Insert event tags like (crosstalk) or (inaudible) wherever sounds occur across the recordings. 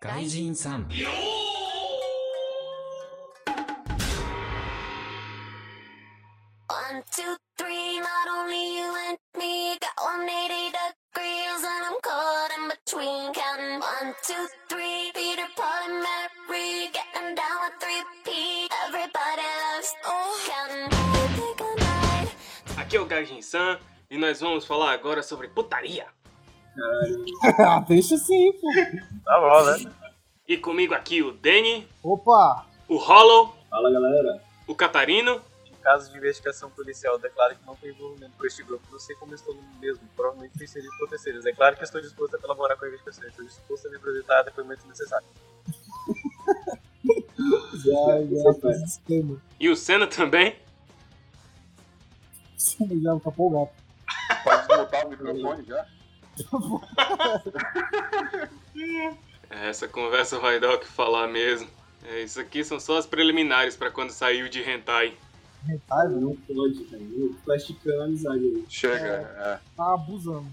外人さん。 One, two, three, not only you and me got 180 degrees and I'm caught in between counting one, two, three. Peter, Paul, and Mary getting down with three P. Everybody loves counting. I think I might Aqui é o Gajin San e nós vamos falar agora sobre putaria. ah, deixa sim, pô. Tá bom, né? E comigo aqui o Danny, Opa! o Hollow, Fala galera, o Catarino Em caso de investigação policial, declaro que não tenho envolvimento com este grupo. Não sei como estou no mesmo. Provavelmente fui inserido por terceiros. Declaro que estou disposto a colaborar com a investigação. Estou disposto a me apresentar depoimento necessário. Já, já fez esse tema. e o Senna também. Sim, já tá capou o gato. pode botar o microfone já? É, Essa conversa vai dar o que falar mesmo. É, isso aqui são só as preliminares pra quando saiu de Hentai. Ah, não pode, velho. Tá esticando a amizade aí. Chega, Tá abusando.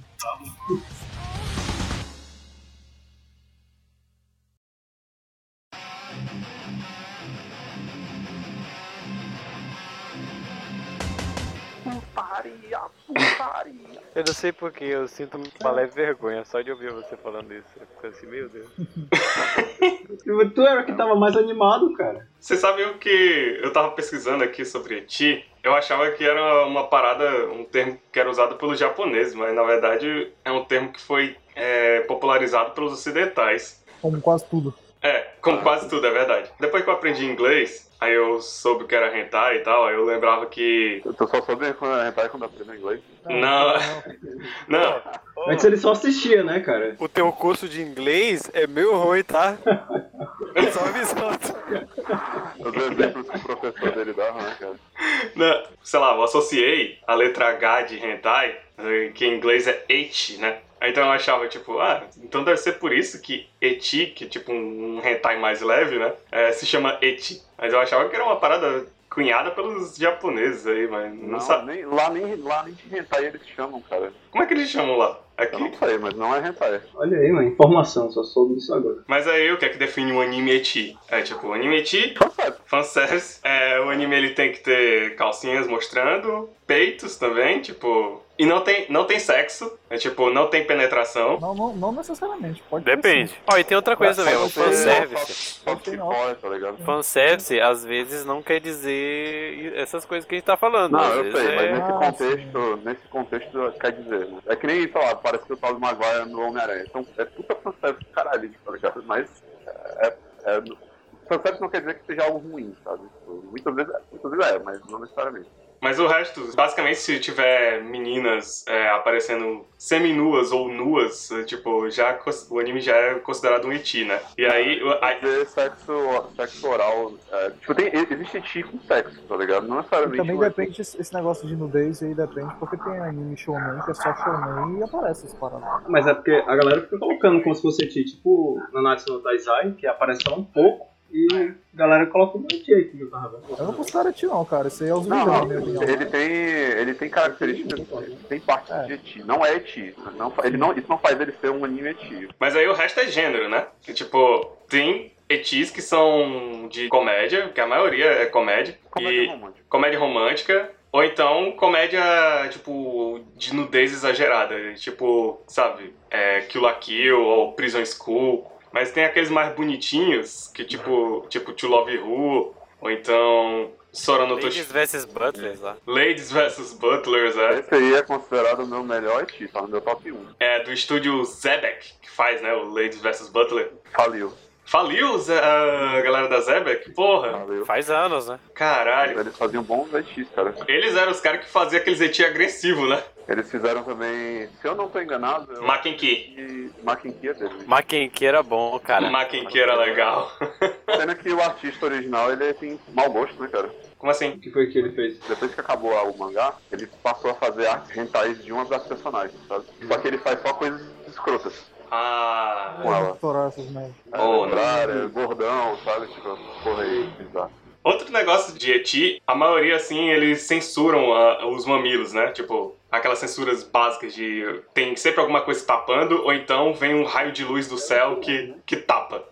Eu não sei porque, eu sinto uma leve vergonha só de ouvir você falando isso. Eu fico assim, meu Deus. é. Tu era o que tava mais animado, cara. Você sabe o que eu tava pesquisando aqui sobre eti? Eu achava que era uma parada, um termo que era usado pelos japoneses, mas na verdade é um termo que foi é, popularizado pelos ocidentais. Como quase (laughs) tudo. É, como quase tudo, é verdade. Depois que eu aprendi inglês, aí eu soube o que era hentai e tal, aí eu lembrava que... Eu tô só soube quando reparar quando aprendo inglês. Não, não, Antes ele só assistia, né, cara? O teu curso de inglês é meio ruim, tá? Só avisando. Os exemplos que o professor dele dava, né, cara? Não, sei lá, eu associei a letra H de hentai, eh, que em inglês é eti, né? Aí Então eu achava, tipo, ah, então deve ser por isso que eti, que é tipo um um hentai mais leve, né? eh, se chama eti. Mas eu achava que era uma parada cunhada pelos japoneses aí, mas não, sabe. nem, lá, nem, lá nem de hentai eles chamam, cara. Como é que eles chamam lá? Eu Aqui. não sei, mas não é hentai. Olha aí, mano. Informação, só soube disso agora. Mas aí o que é que define um anime eti? É tipo, o anime eti Conceito. Fanservice. É, o anime ele tem que ter calcinhas mostrando, peitos também, tipo. E não tem, não tem sexo, é tipo, não tem penetração. Não, não, não necessariamente. Pode ter Depende. Ó, e tem outra coisa também, o fanservice. Só que fora, tá ligado? Fanservice, às vezes, não quer dizer essas coisas que a gente tá falando. Não, às eu vezes sei, é- mas nesse Ah, contexto, nesse contexto, quer dizer, né? é que nem, sei lá, parece que o Paulo Maguire no Homem-Aranha. Então, é puta fanservice do caralho, tá ligado? Mas, é, é, fanservice não quer dizer que seja algo ruim, sabe? Tipo, Muitas vezes, muitas vezes é, mas não necessariamente. Mas o resto, basicamente, se tiver meninas é, aparecendo seminuas ou nuas, é, tipo, já cons- o anime já é considerado um eti, né? E aí, o- aí- Quer dizer, sexo, sexo oral, é, tipo, tem, existe ti com sexo, tá ligado? Não E necessariamente... também vai- depende esse esse negócio de nudez aí, depende, porque tem anime showman que é só showman e aparece as paradas. Mas é porque a galera fica colocando como se fosse eti, tipo na Natsu no Taizai, que aparece só um pouco, e a galera coloca um eti aí que eu tava vendo. É. Eu não considero ti não, cara. Isso aí é os Não, na não, minha opinião. ele tem, ele tem características, ele tem partes de eti, não é eti, não, fa- ele não, isso não faz ele ser um anime eti. mas aí o resto é gênero, né? E, tipo, tem etis que são de comédia, que a maioria é comédia. Comédia né? e... romântica. comédia romântica ou então comédia, tipo, de nudez exagerada, tipo, sabe, é, Kill la Kill ou Prison School, mas tem aqueles mais bonitinhos, que tipo, tipo To Love Who, ou então Sora no Ladies Toshi- vs Butlers É, lá. Ladies vs Butlers, é, Esse aí é considerado o meu melhor eti, tá no meu top 1. é do estúdio Zebek, que faz, né, o Ladies vs Butler. Faliu. Faliu Ze- a galera da Zebek? Porra, Faliu. Faz anos, né? caralho. Eles faziam bons etis, cara. Eles eram os caras que faziam aqueles ET agressivo, né? Eles fizeram também, se eu não tô enganado, eu Makenki. acho que Maquinquia dele. Maquenque era bom, cara. Makenki era legal. (laughs) Pena que o artista original, ele tem mau gosto, né, cara? Como assim? O que foi que ele fez? Depois que acabou o mangá, ele passou a fazer artes rentais de uma das personagens, sabe? Só que ele faz só coisas escrotas Ah, tá com ela. Estourar essas merdas. Oh, É, contrária, gordão, sabe? Tipo, porra aí, bizarro. outro negócio de Eti, a maioria, assim, eles censuram a- os ah, mamilos, né? Tipo, aquelas censuras básicas de tem sempre alguma coisa tapando, ou então vem um raio de luz do céu que, que tapa.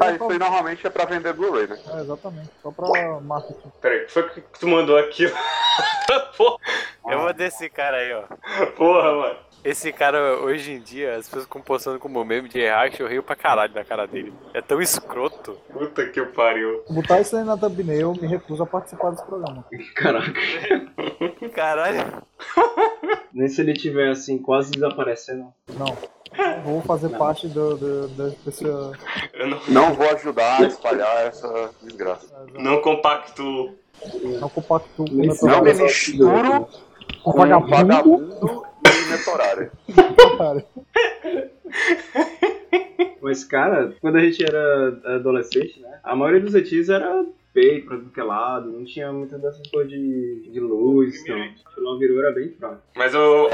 Ah, isso aí normalmente é pra vender Blu-ray, né? É, exatamente. Só pra marketing. Peraí, o que foi que tu mandou aqui? (laughs) Eu vou desse cara aí, ó. Porra, mano. Esse cara, hoje em dia, as pessoas ficam postando como meme de react, eu rio pra caralho da cara dele. É tão escroto. Puta que pariu. Botar isso aí na thumbnail, eu me recuso a participar desse programa. Caraca. Caralho. Nem se ele tiver assim, quase desaparecendo. Não. Não Vou fazer parte do, do, do- desse. Eu não, Não vou ajudar a espalhar essa desgraça. não compacto. Não compacto com né? o meu Não me trabalho. misturo Com com vagabundo, um vagabundo, e um netorário. cara. Mas, cara, quando a gente era adolescente, né? A maioria dos ETs era feio pra tudo que é lado, não tinha muita dessas coisas de, de luz, então. O vilão virou era bem fraco. Mas eu.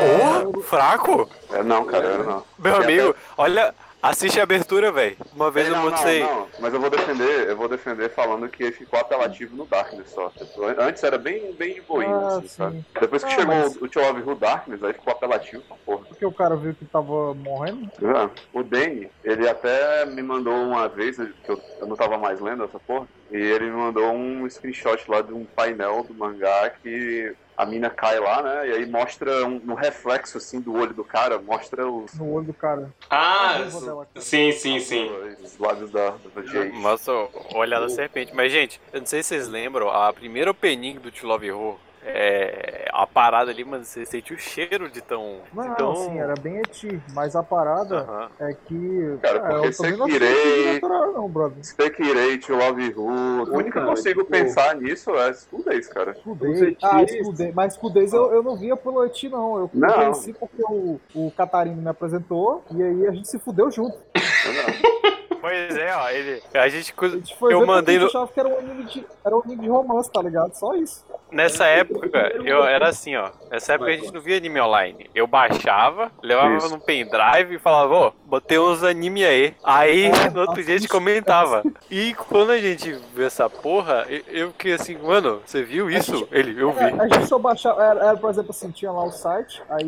Ô, fraco? É, não, cara, eu não. Meu E amigo, olha, assiste a abertura, velho. Uma vez eu não, não, postei. não, mas eu vou defender, eu vou defender falando que ele ficou apelativo no Darkness só. Tipo, an- Antes era bem, bem de boinha, Ah, assim, sabe? sim. Depois que Ah, chegou mas- o Tio Love Who Darkness, aí ficou apelativo pra porra. Porque o cara viu que tava morrendo. Ah, O Danny, ele até me mandou uma vez, né, que eu, eu não tava mais lendo essa porra, e ele me mandou um screenshot lá de um painel do mangá que a mina cai lá, né? E aí mostra um, um reflexo assim do olho do cara, mostra os, No olho do cara. Ah, Eu vou dar uma cara. sim, sim, sim. os lábios da, da Jay. Nossa, olha da serpente. Mas, gente, eu não sei se vocês lembram, a primeira opening do To Love Ho, é, a parada ali, mano, você sente o cheiro de tão... de Não, tão... sim, era bem eti. Mas a parada Aham. é que. é, Cara, eu porque também você não achei queria- que natural, não, brother. Sekirei, To Love Who. O único que eu cara, consigo tipo- pensar nisso é Skulldays, cara. Escudei. Ah, etis- escudei. Mas escudez eu, eu não via pelo Eti, não. Eu Não. conheci porque o, o Catarino me apresentou e aí a gente se fudeu junto. Eu não. Pois é, ó, ele... A gente... A cu- gente foi Eu ver porque mandei a gente no- achava que era um anime de, era um anime de romance, tá ligado? Só isso. Nessa época, eu era assim, ó. Nessa época a gente não via anime online. Eu baixava, levava Isso. num pendrive e falava, ó, botei uns anime aí. Aí É, no outro dia a gente assiste. comentava. E quando a gente viu essa porra, eu, eu fiquei assim, mano, você viu isso? Ele, eu vi. É, A, a gente só baixava, era, era, por exemplo, assim, tinha lá o site, aí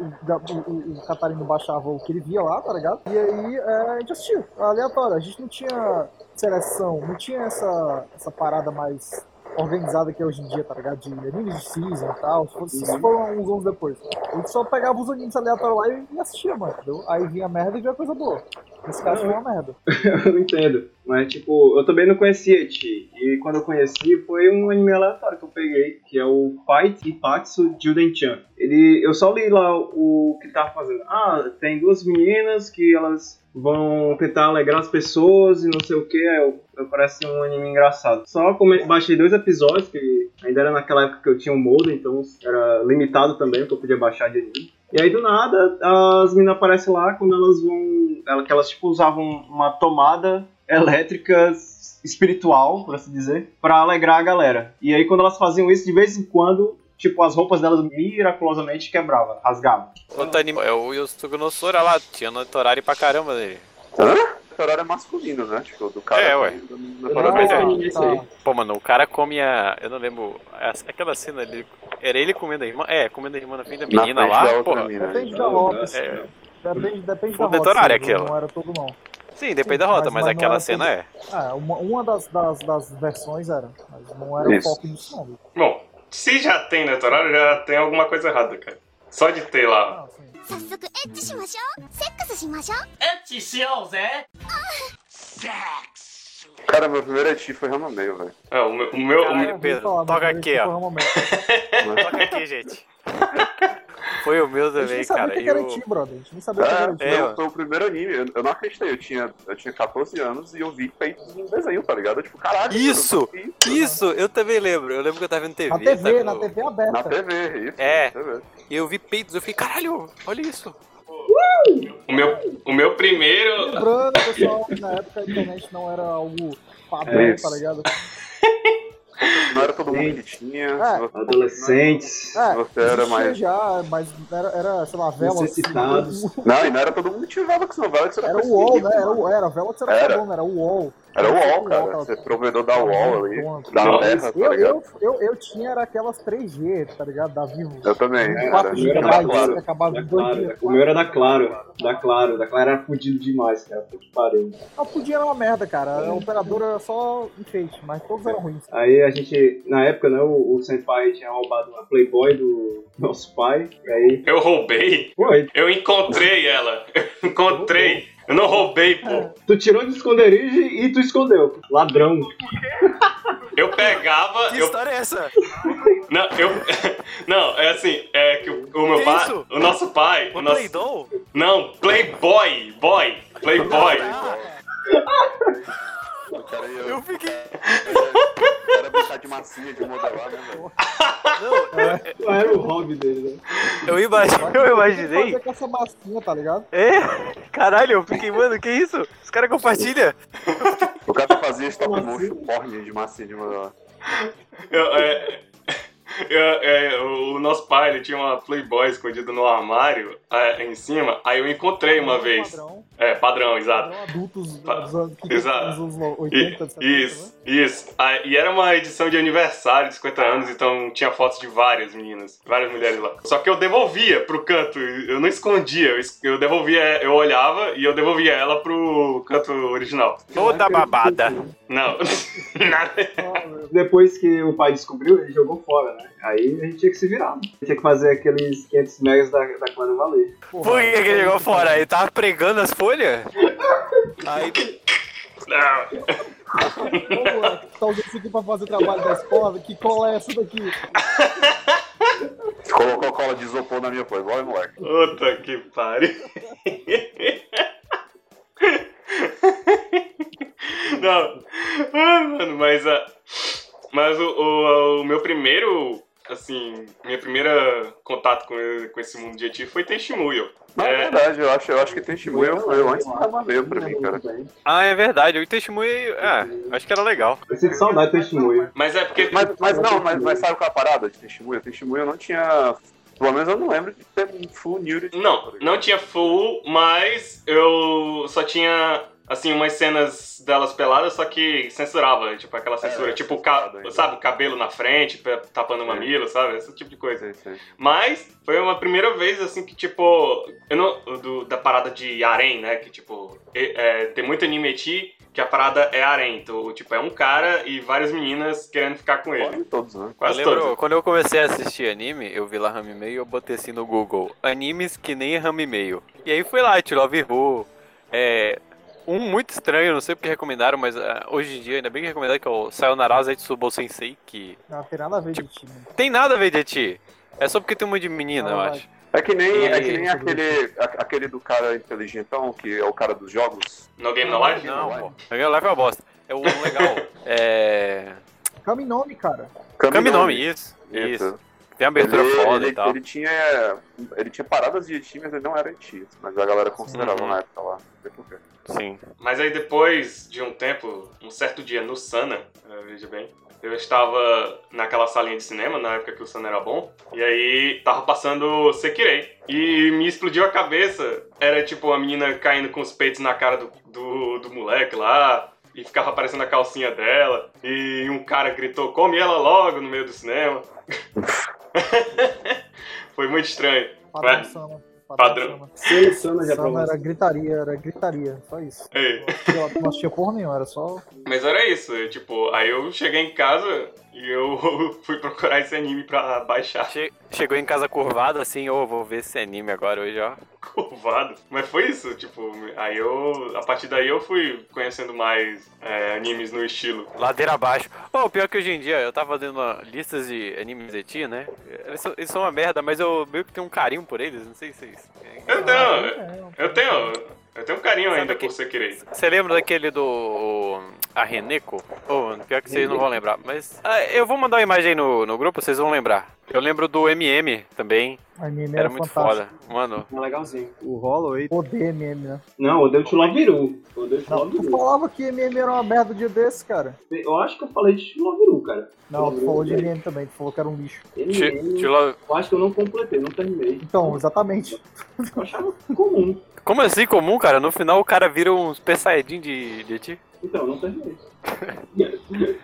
o, Ga- o- o- o Catarino baixava o que ele via lá, tá ligado? E aí é, a gente assistia, aleatório. A gente não tinha seleção, não tinha essa, essa parada mais organizada que é hoje em dia, tá ligado? De animes de season e tal, se fosse- Uhum. isso foram uns anos depois. A gente só pegava os animes aleatórios lá e, e assistia, mano, entendeu? Aí vinha merda e vinha coisa boa. Esse caso foi uma merda. (laughs) eu não entendo. Mas, tipo, eu também não conhecia ET. E quando eu conheci, foi um anime aleatório que eu peguei, que é o Fight Ipatsu Juden-chan. Ele, eu só li lá o que tava fazendo. Ah, tem duas meninas que elas vão tentar alegrar as pessoas e não sei o que. Eu, eu parece um anime engraçado. Só come- baixei dois episódios, que ainda era naquela época que eu tinha um modem, então era limitado também, porque eu podia baixar de anime. E aí do nada, as meninas aparecem lá quando elas vão. ela- Que elas tipo usavam uma tomada elétrica s- espiritual, por assim dizer, pra alegrar a galera. E aí quando elas faziam isso, de vez em quando, tipo, as roupas delas miraculosamente quebravam, rasgavam. Outro anime, é o Yosuke no Sora lá, tinha no Torari pra caramba dele. Esse horário é masculino, né? Tipo, do cara. É, ué. do- do- do- Eu horário não mais é. Ah, feminino. isso aí. Pô, mano, o cara come a. Eu não lembro. essa- Aquela cena ali. Era ele comendo a irmã? É, comendo a irmã na frente da Na menina frente da lá. outra Porra. mina. Depende da Lopes. É, Depende, depende da Foi rota. detonária é assim, não- aquela. Não era todo não. Sim, depende da rota, Mas- mas, mas não aquela era cena tudo. é. Ah, uma, uma das, das, das versões era, mas não era Isso. o foco disso não. Bom, se já tem Netorário, já tem alguma coisa errada, cara. Só de ter lá. Ah, sim. 早速エッチしましょうセックスしましょう Cara, meu primeiro ET foi Rama Meio, velho. É, o meu. O meu o meu- Caralho, Pedro, toca aqui, ó. Toca aqui, gente. (laughs) Foi o meu A gente nem também, sabia o cara. que E era o- ti, brother. A gente nem sabia o que era ti. É, é, não, mano. foi o primeiro anime. Eu, eu não acreditei. Eu tinha, eu tinha 14 anos e eu vi peitos em desenho, tá ligado? Eu, tipo, caralho. Isso! eu vi Isso, eu também lembro. Eu lembro que eu tava vendo TV. Na TV, sabe, na no- TV Na aberta. TV, isso. É. na TV. E eu vi peitos, eu fiquei, caralho, olha isso. O meu, o meu primeiro. Lembrando, pessoal, que na época a internet não era algo padrão, É isso. tá ligado? Não era todo mundo que tinha. É. você- Adolescentes. É, Você era existia mais- já, mas era, era sei lá, vela. Necessitados. Não, e não era todo mundo que tinha Velox, não. Velox era Era o coisa UOL, né? ridícula, Era, o- era Velox era, Era. padrão, era o UOL. Era o Era UOL, o cara. UOL, cara. Ser provedor da UOL ali, Pronto. da Não, terra, tá Eu, ligado? eu, eu, eu tinha era aquelas 3G, tá ligado? Da Vivo. Eu também. É, Era, 4 GB, era gigabytes, claro. né? é acabava em Da dois Claro, dias. o meu era da Claro, da Claro, da Claro era fudido demais, cara, puta que pariu. Não podia era é uma merda, cara. A operadora era só enfeite, mas todos eram ruins. Aí a gente, na época, né, o, o Senpai tinha roubado uma Playboy do (laughs) nosso pai, e aí, Eu roubei? pô, aí Eu encontrei ela. (laughs) Eu encontrei. Eu não roubei, pô. tu tirou do esconderijo e tu escondeu, ladrão. Eu pegava. Que Eu, história é essa? não, eu, (laughs) não, é assim, é que o, o meu Que pai. isso? O nosso pai. O Uma nosso, Play-Doh? não, Playboy. Boy. Playboy. O cara ia- Eu fiquei. o cara ia brincar de massinha, de modelar, né, velho? Não, eu, Qual Era o hobby dele, né? eu imaginei. Eu imaginei. Fazer com essa massinha, tá ligado? É? Caralho, eu fiquei, mano, que isso? Os caras compartilham. O cara fazia stop motion porn de massinha de modelar. Eu- é, (laughs) eu- é, o nosso pai, ele tinha uma Playboy escondida no armário, é, em cima. Aí eu encontrei uma vez. um Padrão, É, padrão, exato. padrão adultos Pa- dos anos, que Exato. dos anos (laughs) né? E- 80, 70, Isso, isso. Ah, e era uma edição de aniversário de 50 anos, então tinha fotos de várias meninas, várias mulheres lá. Só que eu devolvia pro canto, eu não escondia, eu es- eu devolvia, eu olhava e eu devolvia ela pro canto original. Toda Tá babada. Não, (laughs) nada. né? Depois que o pai descobriu, ele jogou fora, né? Aí a gente tinha que se virar, né? Tinha que fazer aqueles 500 megas da, da Claro valer. Porra, Por que que ele jogou fora? Ele tava pregando as folhas? Aí, Não. Ô, moleque, tá usando isso aqui pra fazer trabalho da escola? Que cola é essa daqui? Colocou cola de isopor na minha Playboy, moleque. Puta que pariu. Não. Ah, mano, mas a. Mas o, o- o meu primeiro. Assim, minha primeira contato com, com esse mundo de eti foi Testemunho. Não, é É. verdade, eu acho, eu acho que testemunha foi antes do Cavaleiro pra mim, cara. ah, é verdade. Eu testemunhei. É, acho que era legal. Eu sinto saudade do testemunho. Mas é porque. Mas, mas não, mas, mas sabe qual é a parada de testemunha? Testemunha não tinha. Pelo menos eu não lembro de ter um full nude. Não, não tinha full, mas eu só tinha. Assim, umas cenas delas peladas, só que censurava, tipo, aquela censura, tipo, o ca- censurado É, ainda. sabe, o cabelo na frente, pe- tapando o É. mamilo, sabe? Esse tipo de coisa. Sim, sim. Mas foi uma primeira vez assim que, tipo, eu não, do- da parada de harém, né? Que, tipo, e- é, tem muito anime eti que a parada é harém. Então, tipo, é um cara e várias meninas querendo ficar com ele. Quase todos, né? Eu Quase lembro, todos. quando eu comecei a assistir anime, eu vi lá Rami Meio e eu botei assim no Google, animes que nem Rami Meio. E aí fui lá, tirou Viru, é... Um muito estranho, não sei porque recomendaram, mas ah, hoje em dia ainda bem que recomendaram que é o Sayonara Zetsubou Sensei, que Não, tem nada a ver de time. tem nada a ver de ti. É só porque tem uma de menina, eu Ah, acho. É que nem, é que nem E- aquele, a- aquele do cara inteligentão, que é o cara dos jogos. No Game No Life? Não, Life. pô. Mega Life é uma bosta. É o (laughs) legal. é... Caminome, cara. Kaminome, isso. Isso. Tem Ele, é- abertura foda ele- e tal. ele tinha. Ele tinha paradas de time, mas ele não era anti, mas a galera considerava Uhum. na época lá. Não sei por quê. Sim. Mas aí depois de um tempo, um certo dia no Sana, eh, veja bem, eu estava naquela salinha de cinema, na época que o Sana era bom, e aí tava passando Sekirei. E me explodiu a cabeça. Era tipo uma menina caindo com os peitos na cara do, do, do moleque lá. E ficava aparecendo a calcinha dela. E um cara gritou, come ela logo no meio do cinema. (laughs) Foi muito estranho. Padrão Ué? Sama. Padrão. Sama. Seleciona já pra Sama era você. gritaria, era gritaria, só isso. Ei. Eu não assistia porra nenhuma, era só. Mas era isso, eu, tipo, aí eu cheguei em casa e eu (laughs) fui procurar esse anime pra baixar (laughs) Che- chegou em casa curvado assim, ô, vou ver esse anime agora hoje, ó. curvado. Mas foi isso, tipo, aí eu. A partir daí eu fui conhecendo mais é, animes no estilo. Ladeira abaixo. Ô, pior que hoje em dia, eu tava fazendo uma- listas de animes de ti, né? Eles são, eles são uma merda, mas eu meio que tenho um carinho por eles, não sei se é vocês... Eu tenho, Ah, é, eu tenho. Eu tenho um carinho Sabe ainda que- é? por você querer. Você lembra daquele do... A Reneco? Oh, pior que vocês não vão lembrar. Mas ah, eu vou mandar uma imagem aí no, no grupo, vocês vão lembrar. Eu lembro do MM também. A MM Era muito fantástica. foda. Mano, É legalzinho. O Holloway Odeio MM, né? Não, eu dei o Tilobiru. Eu dei o Não, tu Tilobiru. falava que MM era uma merda o dia desse, cara. Eu acho que eu falei de Tilobiru, cara. Não, tu falou de Ele- MM também, tu falou que era um lixo. ele- Ti- Tilo- Eu acho que eu não completei, não terminei. Então, exatamente. Eu achava comum. como assim comum, cara? No final o cara vira uns peçaedinhos de, de ti. Então, eu não terminei.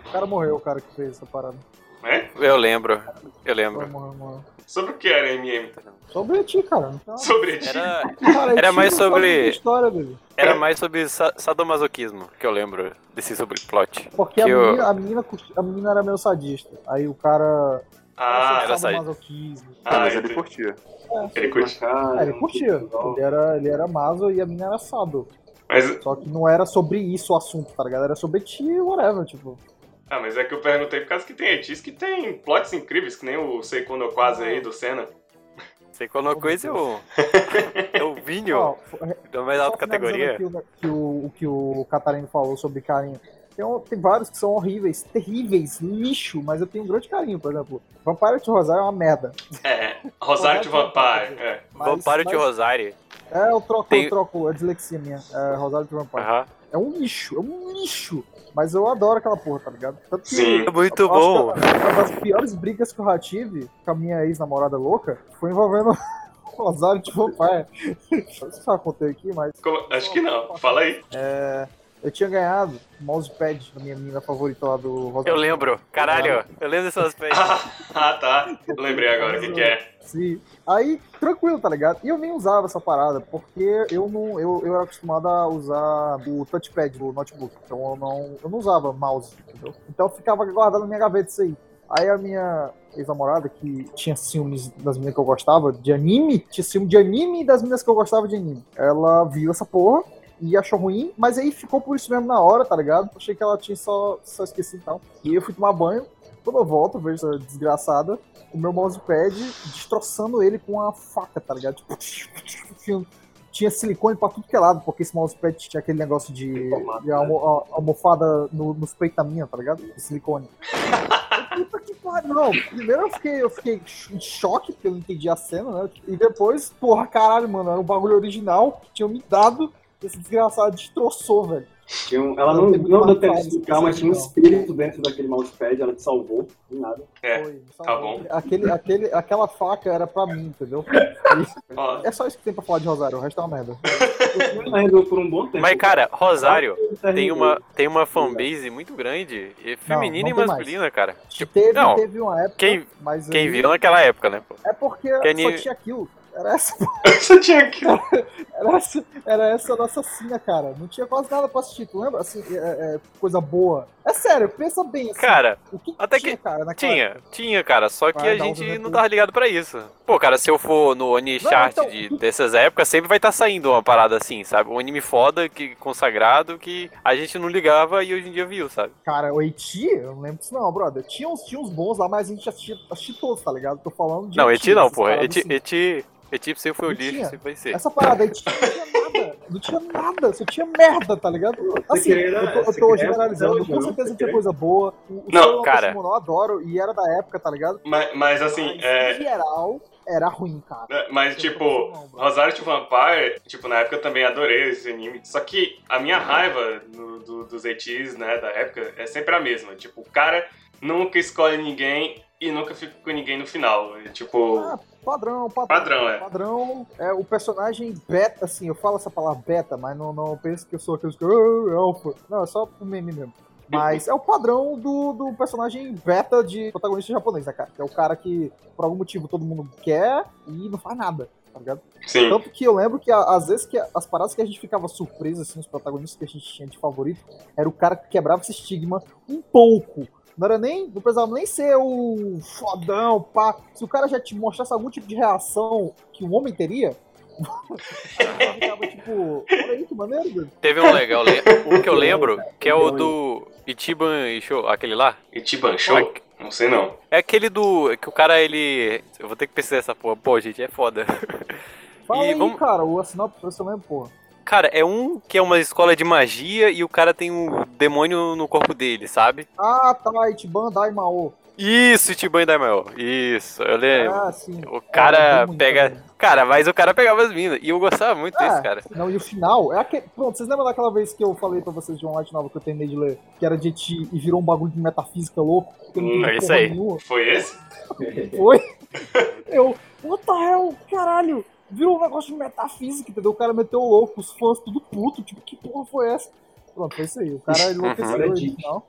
O cara morreu, o cara que fez essa parada. É? Eu lembro, eu Morreu, lembro. morreu, morreu. Sobre o que era MM? Sobre ti, cara. (laughs) Então, Sobre ti? Era, cara, é Era ti mais não sabe sobre- muita História, velho. era mais sobre sa- sadomasoquismo que eu lembro desse sobreplot. Porque a, Que eu- menina, a, menina, cu- a menina era meio sadista. Aí o cara. Ah, era sabe sadista. masoquismo. Ah, ah mas ele entendi. curtia. ele curte. É, ele um curtia. tipo Ele era, ele era maso e a menina era sado. Mas, Só que não era sobre isso o assunto, tá ligado? Era sobre ti e whatever, tipo. ah, mas é que eu perguntei por causa que tem etis que tem plots incríveis, que nem o Sei Quando Eu Quase aí do Senna. Você colocou esse o. (laughs) É o vinho Ó, re- da mais só alta categoria. finalizando aqui o que o, o que o Catarino falou sobre carinho. Tem, um- tem vários que são horríveis, terríveis, lixo, mas eu tenho um grande carinho, por exemplo. Vampire de Rosário é uma merda. É, Rosário de Vampire. É. Mas, Vampiro de mas- Rosário. É, eu troco, Tem- Ah. eu troco, a dislexia minha. É, Rosário de Vampire. Aham. É um lixo, é um lixo. Mas eu adoro aquela porra, tá ligado? Tanto que Sim. É muito eu acho bom. que Uma das piores brigas que eu já tive com a minha ex-namorada louca foi envolvendo (laughs) o Rosário de Vampire. Não sei se eu já contei aqui, mas Como- Acho que não. Fala aí. eu tinha ganhado o mousepad da minha menina favorita lá do Rosário. Eu lembro. Caralho, eu lembro dessas peças. (laughs) Ah, tá. Lembrei agora o que, que é. Sim. Aí, tranquilo, tá ligado? E eu nem usava essa parada, porque eu não. Eu, eu era acostumado a usar o touchpad do notebook. Então eu não, eu não usava mouse, entendeu? Então eu ficava guardado na minha gaveta isso aí. Aí a minha ex-namorada, que tinha ciúmes das meninas que eu gostava de anime, tinha ciúme de anime e das meninas que eu gostava de anime. Ela viu essa porra e achou ruim, mas aí ficou por isso mesmo na hora, tá ligado? Achei que ela tinha só, só esquecido e tal. E eu fui tomar banho. Quando eu volto, eu vejo essa desgraçada o meu mousepad, destroçando ele com uma faca, tá ligado? Tipo, tinha- Tinha silicone pra tudo que é lado, porque esse mousepad tinha aquele negócio de, de almo- a- almofada no, nos peitos da minha, tá ligado? De silicone. Puta que pariu, não. Primeiro eu fiquei, eu fiquei em choque, porque eu não entendi a cena, né? E depois, porra, caralho, mano, era um bagulho original que tinham me dado, esse desgraçado destroçou, velho. Tinha um- ela não, Tem muito não deu mais tempo de fácil, explicar, mas tinha um não. espírito dentro daquele mousepad, ela te salvou, de nada. É, Foi, tá bom. Aquele, aquele, aquela faca era pra mim, entendeu? (laughs) Ó, É só isso que tem pra falar de Rosário, o resto é uma merda. Ela resolveu por um bom tempo. Mas, cara, Rosário tem Terminei. (laughs) uma, tem uma fanbase muito grande, e feminina não tem e masculina, cara. Tipo, teve, não, teve uma época, quem- mas aí- quem viu naquela época, né? pô? é porque Quem só ni- tinha aquilo. Era essa, (laughs) só tinha que. era essa, era essa nossa cena, cara. Não tinha quase nada pra assistir, tu lembra? Assim, é- é, coisa boa. É sério, pensa bem, assim, Cara, o que até tinha, cara, naquela tinha, época? tinha, cara, só que Vai a dar um gente Zezé não Pô. tava ligado pra isso. Pô, cara, se eu for no Onichart Não, então- de, dessas épocas, sempre vai estar saindo uma parada assim, sabe? Um anime foda, que, consagrado, que a gente não ligava e hoje em dia viu, sabe? Cara, o Eti, eu não lembro disso não, brother. Tinha uns, tinha uns bons lá, mas a gente assistia, assistia todos, tá ligado? Tô falando de não, Eti não, essas porra. paradas Eti, assim. Eti, Eti sempre foi o Não lixo, tinha. sempre vai ser. Essa parada aí tipo, (laughs) não tinha nada. Não tinha nada, só tinha merda, tá ligado? Assim, queria- eu tô, eu você tô queria- generalizando, não, com não, certeza você tinha queria- coisa boa. O, o Não, Solo cara. Shimon Eu adoro e era da época, tá ligado? Mas, mas assim, Mas, é, em geral, era ruim, cara. Mas, tipo, Rosário de Vampire, tipo, na época eu também adorei esse anime. Só que a minha raiva no- do- dos ETs, né, da época, é sempre a mesma. Tipo, o cara nunca escolhe ninguém e nunca fica com ninguém no final. E, tipo, Ah, Padrão, padrão. Padrão, é. Padrão, é, o personagem beta, assim, eu falo essa palavra beta, mas não, não penso que eu sou aqueles que. "Ah, alfa". Não, é só o meme mesmo. Mas é o padrão do, do personagem beta de protagonista japonês, né, cara? Que é o cara que, por algum motivo, todo mundo quer e não faz nada, tá ligado? sim. Tanto que eu lembro que a- às vezes que a- as paradas que a gente ficava surpreso, assim, os protagonistas que a gente tinha de favorito, era o cara que quebrava esse estigma um pouco. Não era nem. Não precisava nem ser o fodão, pá. Se o cara já te mostrasse algum tipo de reação que um homem teria. eu ficava tipo, olha aí que maneiro, velho. Teve um legal, le- um que eu lembro, que é o do Ichiban Show, aquele lá. E te banchou? Olha- Não sei não. É aquele do. que o cara ele. Eu vou ter que pesquisar essa porra. Pô, gente, é foda. Fala E aí, vamos- cara, o assinado pra você mesmo, porra. Cara, é um que é uma escola de magia e o cara tem um demônio no corpo dele, sabe? Ah, tá, Itiban Daimao. Isso, Ichiban Daimao. Isso, eu lembro. Ah, sim. É, O eu cara vi muito pega. Cara, mas o cara pegava as minas. E eu gostava muito É. desse cara. Não, e o final é aquele. Pronto, vocês lembram daquela vez que eu falei pra vocês de uma light nova que eu terminei de ler, que era de Eti e virou um bagulho de metafísica louco? Que eu não Hum, entendi é isso porra aí. nenhuma? Foi esse? Foi? eu, what the hell, caralho, virou um negócio de metafísica, entendeu? O cara meteu o louco, os fãs tudo puto, tipo, que porra foi essa? Pronto, foi isso aí, então. o cara é Uhum. enlouqueceu Olha a ele dica. e tal.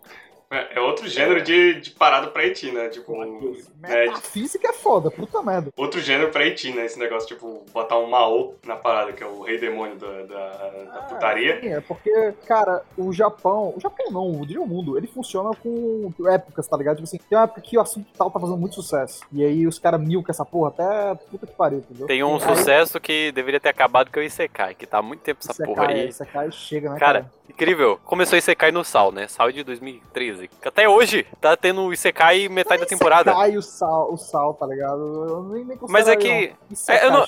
É é outro gênero de, de parada pra Haiti, né? Tipo, um- né? Metafísica é foda, puta merda. outro gênero pra Haiti, né? Esse negócio, tipo, botar um Mao na parada, que é o rei demônio da, da, da Ah, putaria. sim, é porque, cara, o Japão. O Japão não, o Dream Mundo, ele funciona com épocas, tá ligado? Tipo assim, tem uma época que o assunto tal tá fazendo muito sucesso. E aí os caras milcam essa porra até puta que pariu, entendeu? Tem um Aí, sucesso que deveria ter acabado que é o Isekai, que tá há muito tempo essa Isekai, é, porra aí. Isekai chega, né? Cara, incrível. Começou Isekai no Sal, né? Sal de 2013. Que Até hoje tá tendo Isekai metade da temporada. Cai o sal, o sal, tá ligado? Eu nem, um nem consigo. Mas é que é, eu não-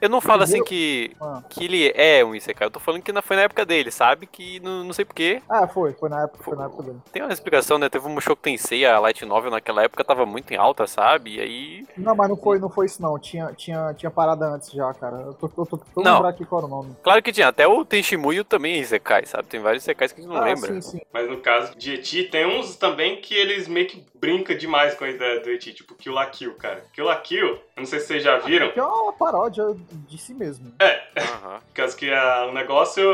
eu não falo assim Primeiro- que Ah. que ele é um Isekai. Eu tô falando que na- foi na época dele, sabe? Que não, não sei porquê. Ah, foi, foi na época, foi na época dele. Tem uma explicação, né? Teve um Mushoku Tensei, a Light Novel naquela época tava muito em alta, sabe? E aí Não, mas não foi, não foi isso não. Tinha, tinha, tinha parada antes já, cara. Eu tô, tô, tô, tô Não. lembrar aqui qual era o nome. Claro que tinha, até o Tenshimuyo também é Isekai, sabe? Tem vários Isekais que a gente não ah, lembra. sim, sim. Mas no caso de Eti, tem uns também que eles meio que brincam demais com a ideia do Eti, tipo Kill la Kill, cara. Kill la Kill, eu não sei se vocês já viram, Que é uma paródia de si mesmo. Aham. por causa que ah, o negócio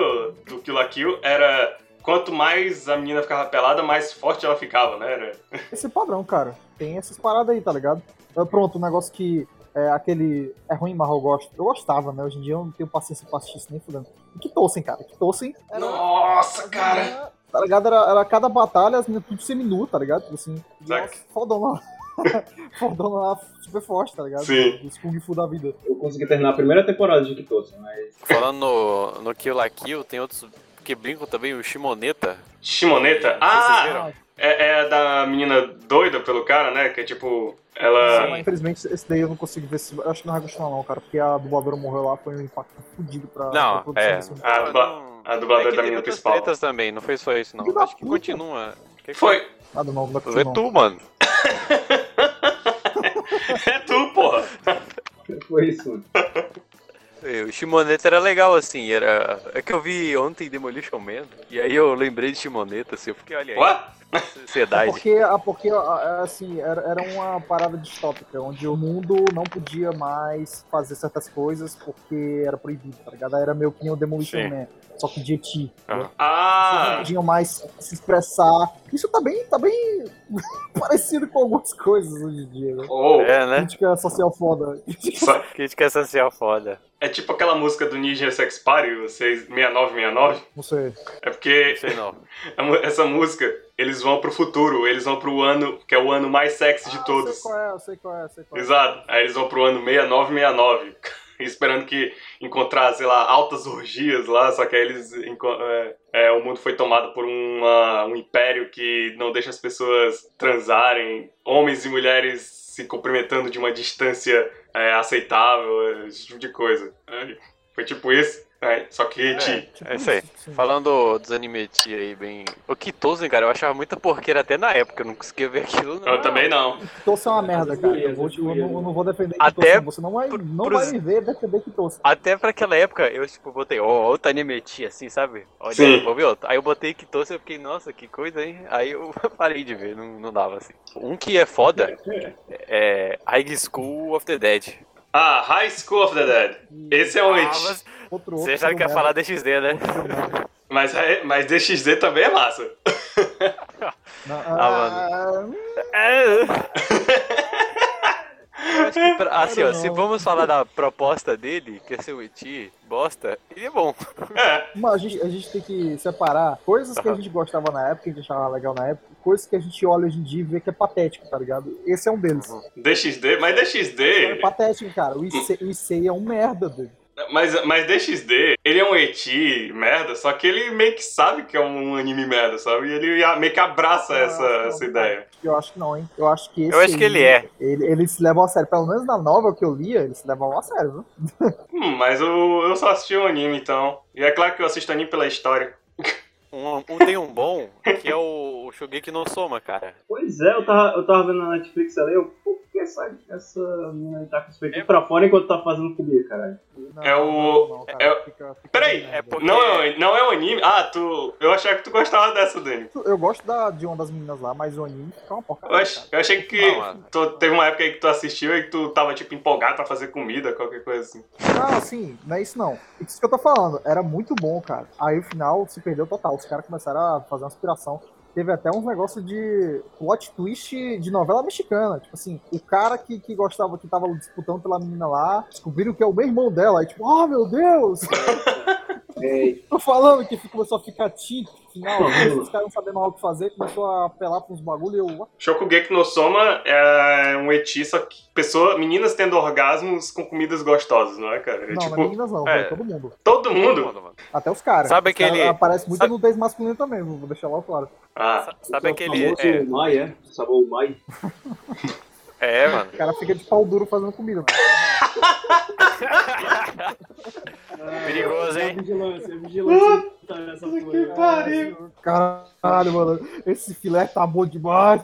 do Kill la Kill era quanto mais a menina ficava pelada, mais forte ela ficava, né? Era- esse padrão, cara. Tem essas paradas aí, tá ligado? Ah, Pronto, um negócio que é aquele. É ruim, mas eu gosto. Eu gostava, né? Hoje em dia eu não tenho paciência pra assistir isso nem fudendo. E que Tossen, cara. Que Tossen era. Nossa, cara! Tá ligado? Era, era cada batalha, as meninas tudo seminu, tá ligado? Tipo assim. Zack. Nossa, fodona lá. (laughs) fodona lá, super forte, tá ligado? Sim. Os Kung Fu da vida. Eu consegui terminar a primeira temporada de né? Kitosen, mas. Falando no, no Kill la Kill, tem outros que brincam também, o Shimoneta. Shimoneta? Vocês Ah! viram? É, é a da menina doida pelo cara, né? Que é tipo. Ah. Sim, Ela. mas infelizmente esse daí eu não consigo ver. Se... eu Acho que não vai continuar, não, cara. Porque a dubladora morreu lá, foi um impacto fudido pra, Não, pra produção é. desse filme. A, dubla- Não, a é dubladora que da teve menina outras principal. tretas também, não foi só isso não. Filho da Acho que puta. continua. O que que Foi! Nada não, não vai Foi continuar. tu, mano. É tu, porra! Foi isso, mano. É, O Shimoneta era legal, assim, era... É que eu vi ontem Demolition Man, e aí eu lembrei de Shimoneta, assim, eu fiquei, olha aí, What? É sociedade. porque, é porque a- a- assim, era, era uma parada distópica, onde o mundo não podia mais fazer certas coisas porque era proibido, tá ligado? Era meio que o Demolition Sim. Man, só que de ti. Aham. Não Ah! podiam mais se expressar. Isso tá bem, tá bem (laughs) parecido com algumas coisas hoje em dia, né? Oh! É. É, né? Crítica social foda. Crítica social foda. é tipo aquela música do Ninja Sex Party, vocês 6969. Não sei. É porque Não sei não. a mu- essa música, eles vão pro futuro, eles vão pro ano, que é o ano mais sexy de Eu sei todos. qual é, eu sei qual é, eu sei qual é. Exato. Aí eles vão pro ano 6969. (laughs) Esperando que encontrar, sei lá, altas orgias lá, só que aí eles. enco- É, é, o mundo foi tomado por uma, um império que não deixa as pessoas transarem, homens e mulheres se cumprimentando de uma distância é, aceitável, esse tipo de coisa. Aí, foi tipo isso, né? só que de- Tipo É isso aí. sim. Falando dos anime tia aí, bem. O Kitozen, cara, eu achava muita porqueira até na época, eu não conseguia ver aquilo, não. eu também não. Torce é uma merda, cara. Eu, vou, te- eu, não, eu não vou defender Até Torce, Você não vai, pro- não pros- vai me ver defender que torce. Até pra aquela época, eu, tipo, botei, ó, outro anime tia, assim, sabe? Olha, Sim. vou ver outro. Aí eu botei Kitozen e eu fiquei, nossa, que coisa, hein? Aí eu (laughs) parei de ver, não, não dava, assim. Um que é foda é High School of the Dead. Ah, High School of the Dead. Esse é um Ah, hit. mas- Outro, Você outro sabe que ia merda. falar DXD, né? Mas, mas DXD também é massa. Não, Ah, ah, hum, É. Eu acho que pra- Assim, ó, se não. vamos falar da proposta dele, que é ser um Eti, bosta, ele é bom. É, mas a gente, a gente tem que separar coisas que a gente gostava na época, que a gente achava legal na época, coisas que a gente olha hoje em dia e vê que é patético, tá ligado? Esse é um deles. DXD, mas DXD. É patético, cara. O Issei, o Issei é um merda, dele. Mas, mas DXD, ele é um eti merda, só que ele meio que sabe que é um anime merda, sabe? E ele a- meio que abraça Ah, essa, não, essa não. ideia. Eu acho que não, hein? Eu acho que esse Eu acho que aí, ele é. Ele, eles se levam a sério. Pelo menos na nova que eu lia, eles se levam a sério, viu? Hum, mas eu, eu só assisti o anime, então. E é claro que eu assisto anime pela história. Um, um- tem um bom, que é o, o Shogeki no Soma, cara. Pois é, eu tava, eu tava vendo na Netflix ali, eu, pô, por que essa, essa menina aí tá com os peitos pra fora enquanto tá fazendo comida, caralho? Não, É o- não, não, cara, é o- fica- fica Peraí, merda. é por- Porque- Não é, um- não é um anime? Ah, tu. Eu achava que tu gostava dessa, Dani. Eu gosto da, de uma das meninas lá, mas o anime fica uma Eu, porcaria. ach, eu achei que Não, mano. tu, teve uma época aí que tu assistiu e que tu tava, tipo, empolgado pra fazer comida, qualquer coisa assim. Não, assim, não é isso não. Isso que eu tô falando, era muito bom, cara. Aí o final se perdeu total. Os caras começaram a fazer uma aspiração. Teve até uns negócios de plot twist de novela mexicana. Tipo assim, o cara que, que gostava, que tava disputando pela menina lá, descobriram que é o meu irmão dela. Aí tipo, ah, meu Deus! (laughs) tô falando que começou a ficar tinto no final. Os caras não sabendo mal o que fazer, começou a apelar pra uns bagulho e eu, "Ah, "Ué, Shokugeki no Soma é um eti, só que pessoa, meninas tendo orgasmos com comidas gostosas, não é, cara? É não, tipo, não é meninas não, é. é todo mundo. todo mundo. mano. Até os caras. Sabe Os caras aquele- Aparece muito sabe- nudez masculina também, vou deixar lá claro. Ah, Sa- Sabe aquele. O famoso Mai, é? O sabor Mai. É, é, mano. O cara fica de pau duro fazendo comida. Mano. Perigoso, É hein? vigilância, é vigilância. Tá nessa porra. Caralho, mano. Esse filé tá bom demais.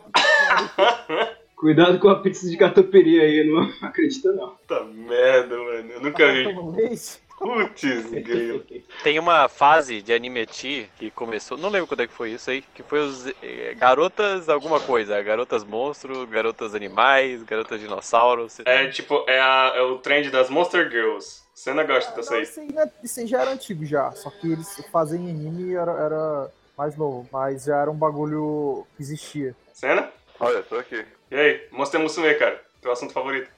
Cuidado com a pizza de catupiry aí, eu não (laughs) acredito não. puta merda, mano. Eu nunca vi. Toma leite. Putz, grilo. Tem uma fase de animeti que começou, não lembro quando é que foi isso aí, que foi os eh, garotas alguma coisa, garotas monstro, garotas animais, garotas dinossauros. É tipo, é, a- é o trend das Monster Girls. Você não gosta dessa Não, aí. isso, aí, né, isso aí já era antigo já. Só que eles fazem em anime e era, era mais novo. Mas já era um bagulho que existia. Cena? Olha, tô aqui. E aí? Monster Musume, cara. Teu assunto favorito.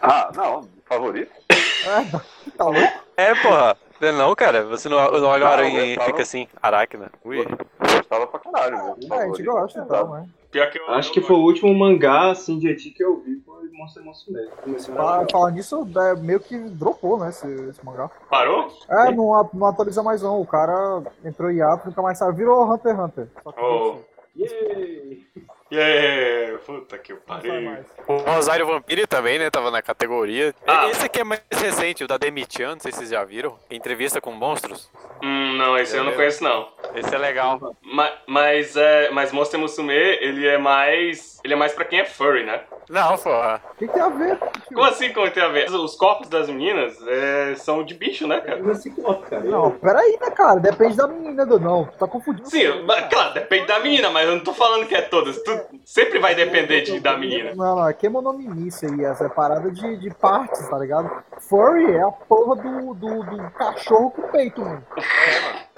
Ah, não, favorito? É, tá louco? É, porra. Não, cara, você não, não olha o Não, aranha e não. fica assim, aracna. Ui. Gostava pra caralho, É, meu. a gente favorito. tá? gosta então, né? Pior que eu. Acho eu que gosto. foi o último mangá assim, de eti que eu vi foi Monster Musume. Comecei a Fala- namorar. Falar nisso, é, meio que dropou, né, esse, esse mangá. Parou? É, não, a- não atualiza mais não. O cara entrou em ato, nunca mais saiu. Virou Hunter x Hunter. Só que Oh. Yay! Yeah, puta que eu não sai parei. mais. O Rosário Vampiri também, né? Tava na categoria. Ah. Esse aqui é mais recente, o da Demitian, não sei se vocês já viram. Entrevista com monstros. Hum, não, esse eu não conheço, não. Esse é legal. Ma- Mas, é, mas Monster Musume, ele é mais. Ele é mais pra quem é furry, né? Não, porra. O que, que tem a ver? Como assim, como tem a ver? Os corpos das meninas é, são de bicho, né, cara? Não se coloca, é cara. Não, peraí, né, cara? Depende da menina, do não. Tá confundindo. Sim, tudo, mas, cara. claro, depende da menina, mas eu não tô falando que é todas. Tu sempre vai depender de, da menina. Não, não, aqui é monominice aí, essa é parada de, de partes, tá ligado? Furry é a porra do, do, do cachorro com peito, mano.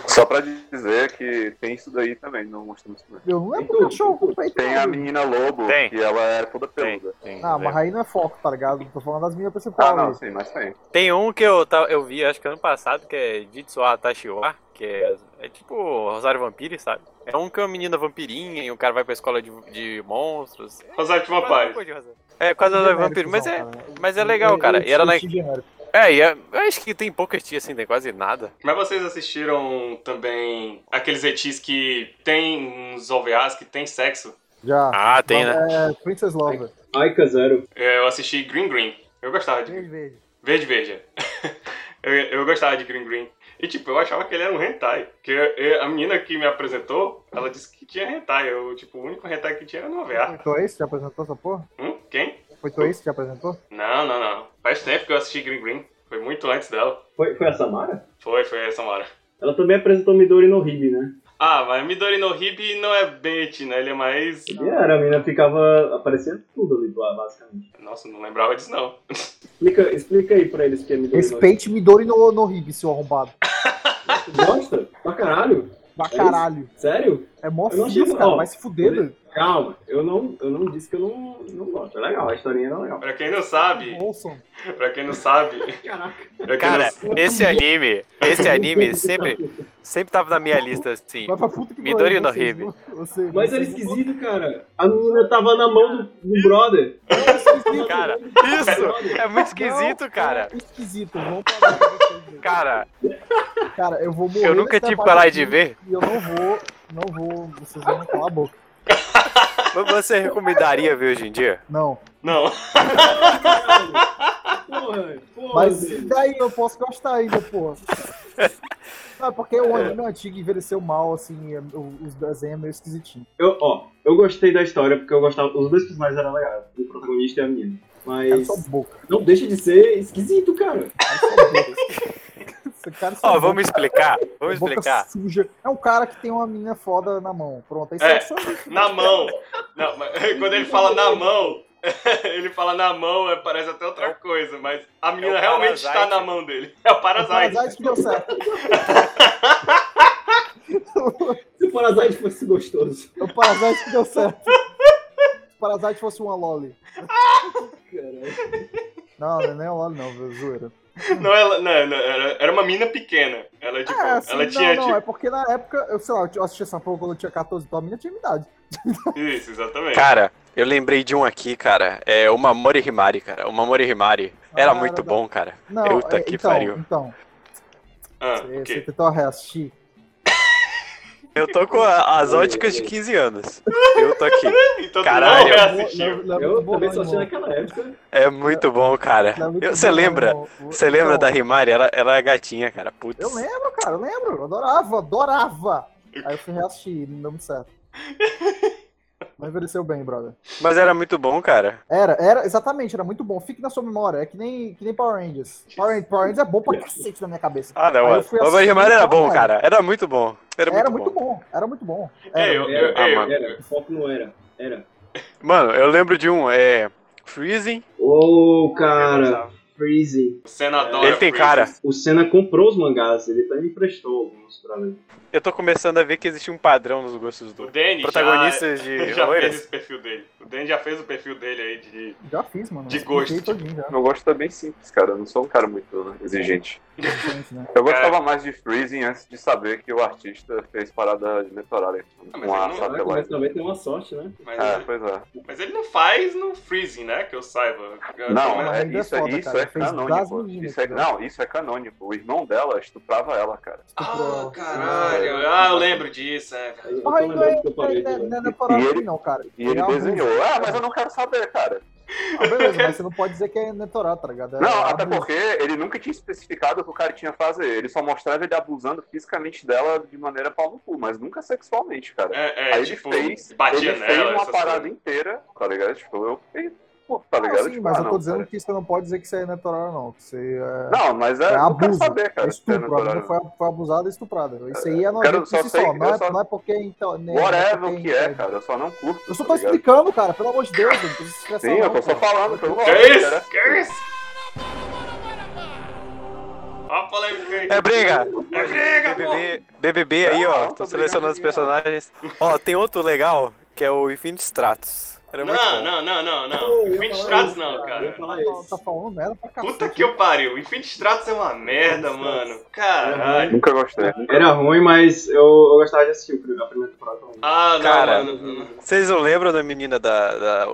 Só pra dizer que tem isso daí também, não mostramos isso. Eu um não lembro Tem tudo, cachorro com peito. Tem não. a menina lobo, Tem. que ela era toda Tem, peluda. tem. Ah, mas aí não é foco, tá ligado? Tô falando das meninas Ah, principais. não, sim, mas tem. Tem um que eu, ta- eu vi, acho que ano passado, que é Jitsuwa Tashiwa, que é, é tipo Rosário Vampiri, sabe? É um que é uma menina vampirinha e o cara vai pra escola de, de monstros. É Rosário de uma quase uma paz. coisa de Rosário- É, quase Rosário Vampiri, mas é, mas é legal, cara. E era na- é, e é- eu acho que tem poucas tias assim, tem quase nada. Mas vocês assistiram também aqueles ETs que tem uns OVAs que tem sexo? Já. Ah, tem, né? É, Princess Lover. Aika Zero. É, Eu assisti Green Green. Eu gostava de Verde, verde. Verde Verde. (laughs) eu, eu gostava de Green Green. E tipo, eu achava que ele era um hentai. Porque eh, a menina que me apresentou, ela disse que tinha hentai. Eu, tipo, o único hentai que tinha era no OVA. Foi tu é esse que te apresentou essa porra? Hum? Quem? Foi tu é esse que te apresentou? Não, não, não. Faz tempo que eu assisti Green Green. Foi muito antes dela. Foi, foi a Samara? Foi, foi essa hora. Ela também apresentou Midori no Hibi, né? Ah, mas Midori no Hibi não é bem eti, né? Ele é mais... E era, a menina ficava aparecendo tudo ali do ar, basicamente. Nossa, não lembrava disso não. Explica, explica aí pra eles que é Midori Respeite Midori no, no Hib, seu arrombado. no Hibi. Gosta? Pra caralho? É Pra caralho. Sério? É mó Eu não fios, digo, cara. ó. Vai se fuder, velho. Calma, eu não, eu não disse que eu não, não gosto. É legal, a historinha era legal. Pra quem não sabe, Ouçam. pra quem não sabe, Caraca. pra quem Cara, (laughs) não- esse anime, esse anime sempre, Sempre tava na minha lista, assim. Vai pra puta que pariu, Midori no vocês, Ribe. vocês, Mas é era vocês não- esquisito, cara. A menina tava na mão do, do brother. Cara, isso é muito esquisito, Não, cara. é Esquisito, vamos parar com vocês. Cara, Cara, eu vou morrer. eu nunca nessa tive parte coragem de aqui ver. E eu não vou, não vou, vocês vão me calar a boca. Você recomendaria ver hoje em dia? Não. Não. Porra, porra. Mas velho. daí eu posso gostar ainda, (laughs) porra. Não, é porque o anime antigo envelheceu mal, assim, é, o- os desenhos é meio esquisitinho. Eu, ó, eu gostei da história porque eu gostava. Os dois personagens eram legais, o protagonista e a menina. Cara, Mas. só boca. Não deixa de ser esquisito, cara. Cara, só (laughs) boca. Esse cara só Ó, boca, vamos explicar. Vamos boca explicar. suja. É um cara que tem uma menina foda na mão. Pronto, aí É. só- só isso. Na mão. Não, mas (laughs) quando ele fala na mão, (laughs) ele fala na mão, é, parece até outra coisa, mas a menina É o realmente está Parasite. na mão dele. É o É o Parasite. Parasite que deu certo. Se o Parasite fosse gostoso. É o Parasite que deu certo. Se o Parasite fosse uma loli. Caralho. Não, não é nem uma loli não, viu, zoeira. Não, ela, não, não, era, era uma menina pequena. Ela, tipo, É, assim, ela não, tinha, não, é tipo. porque na época, eu sei lá, eu assisti essa porra quando eu tinha 14, então a menina tinha minha idade. tipo, é- Isso, exatamente. Cara, eu lembrei de um aqui, cara. É o Mamori Himari, cara. O Mamori Himari era Ah, muito era da- bom, cara. Não, Puta é, que então, pariu. então, Ah, você, você ok. tentou reassistir. Eu tô com a- as óticas de 15 anos. Eu tô aqui. Então Caralho. tu não um reassistiu. Eu também só tinha naquela época. É muito bom, cara. um Eu- Você lembra? Você lembra da Himari? Ela, ela é gatinha, cara. Putz. Eu lembro, cara, eu lembro. Eu adorava, adorava. Aí eu fui reassistir, não deu muito (laughs) certo. Mas envelheceu bem, brother. Mas era muito bom, cara. Era, era, exatamente, era muito bom. Fique na sua memória, é que nem, que nem Power Rangers. Power Rangers, Power Rangers é bom pra cacete na minha cabeça. Ah, não. Aí eu mano. fui O Mamori assistir, Himari era bom, caralho. cara. Era muito bom. Era muito, Era bom. muito bom, era muito bom. É, Era. eu, eu, Ah, eu- mano. Era, o foco não era. Era. Mano, eu lembro de um, é. Freezing. Ô, cara, Freezing. o senador. Ele tem cara. O Senna comprou os mangás, ele até me emprestou alguns pra ler. Eu tô começando a ver que existe um padrão nos gostos O do. Danny já, Protagonistas de (laughs) já fez loiras. esse perfil dele. O Danny já fez o perfil dele aí de. Já fiz, mano. De Eu expliquei gosto. todinho já, Meu gosto tá bem simples, cara. Eu não sou um cara muito exigente. gente, né? Eu gostava mais de Freezing antes de saber que o artista fez parada de meteorária Ah, mas com é ele a não- Caraca, mas satélite. também tem uma sorte, né? Mas, É, pois é. mas ele não faz no freezing, né? Que eu saiba. Eu- Não, mas é- ainda é isso, é- foda, isso cara. é Fez das canônico. meninas, Isso é, cara. não, isso é canônico. O irmão dela estuprava ela, cara. Ah, Comprou- caralho. Ah, eu lembro disso, é. Eu tô Ai, não é, lembrando que eu não parei é, de ler. não é E Netorari ele- não, cara. E ele É abuso. desenhou. Ah, mas eu não quero saber, cara. Ah, beleza, (laughs) mas você não pode dizer que é Netorari, tá ligado? É Não, até abuso. porque ele nunca tinha especificado o que o cara tinha a fazer. Ele só mostrava ele abusando fisicamente dela de maneira pau no cu, mas nunca sexualmente, cara. É, é, Aí ele tipo, fez- batia ele nela. fez uma essas parada coisas. inteira, tá ligado? Tipo, eu fiquei. Pô, tá Não, ligado? sim, Tipo, mas ah, eu não, tô dizendo cara. que você não pode dizer que você é Netorari, não. Que você é, Não, mas é, é eu quero abuso. saber, é cara. se é estupro, a menina natural. foi, foi abusada e estuprada. Isso aí é nojento por só si sei- só. Não eu é, só- não é porque... Então, nem- não é Whatever porque- o que é, cara. Eu só não curto. Eu só tô tá ligado? explicando, cara. Pelo amor de Deus, eu não precisa se estressar Sim, eu tô não, só cara. falando que eu gosto. Que cara. isso? Que isso? Ó, a polêmica aí. É briga! É briga, pô! BBB, BBB aí, Não, ó. não Tô tô selecionando brigando os aqui, personagens. Ó, tem outro legal, que é o Infinity Stratos. é Era muito Não, bom. não, não, não, Pô, não. eu ia Infinity falar Stratos isso, não, cara. Eu ia cara. falar Tá- isso. Tá falando merda pra cacete. Puta que eu pariu. Infinity Stratos é uma merda, mano. Caralho. Nunca gostei. Era ruim, mas eu, eu gostava de assistir o primeiro- a primeira temporada. Uhum. Ah, não, Cara. mano. Vocês não lembram da menina da, da,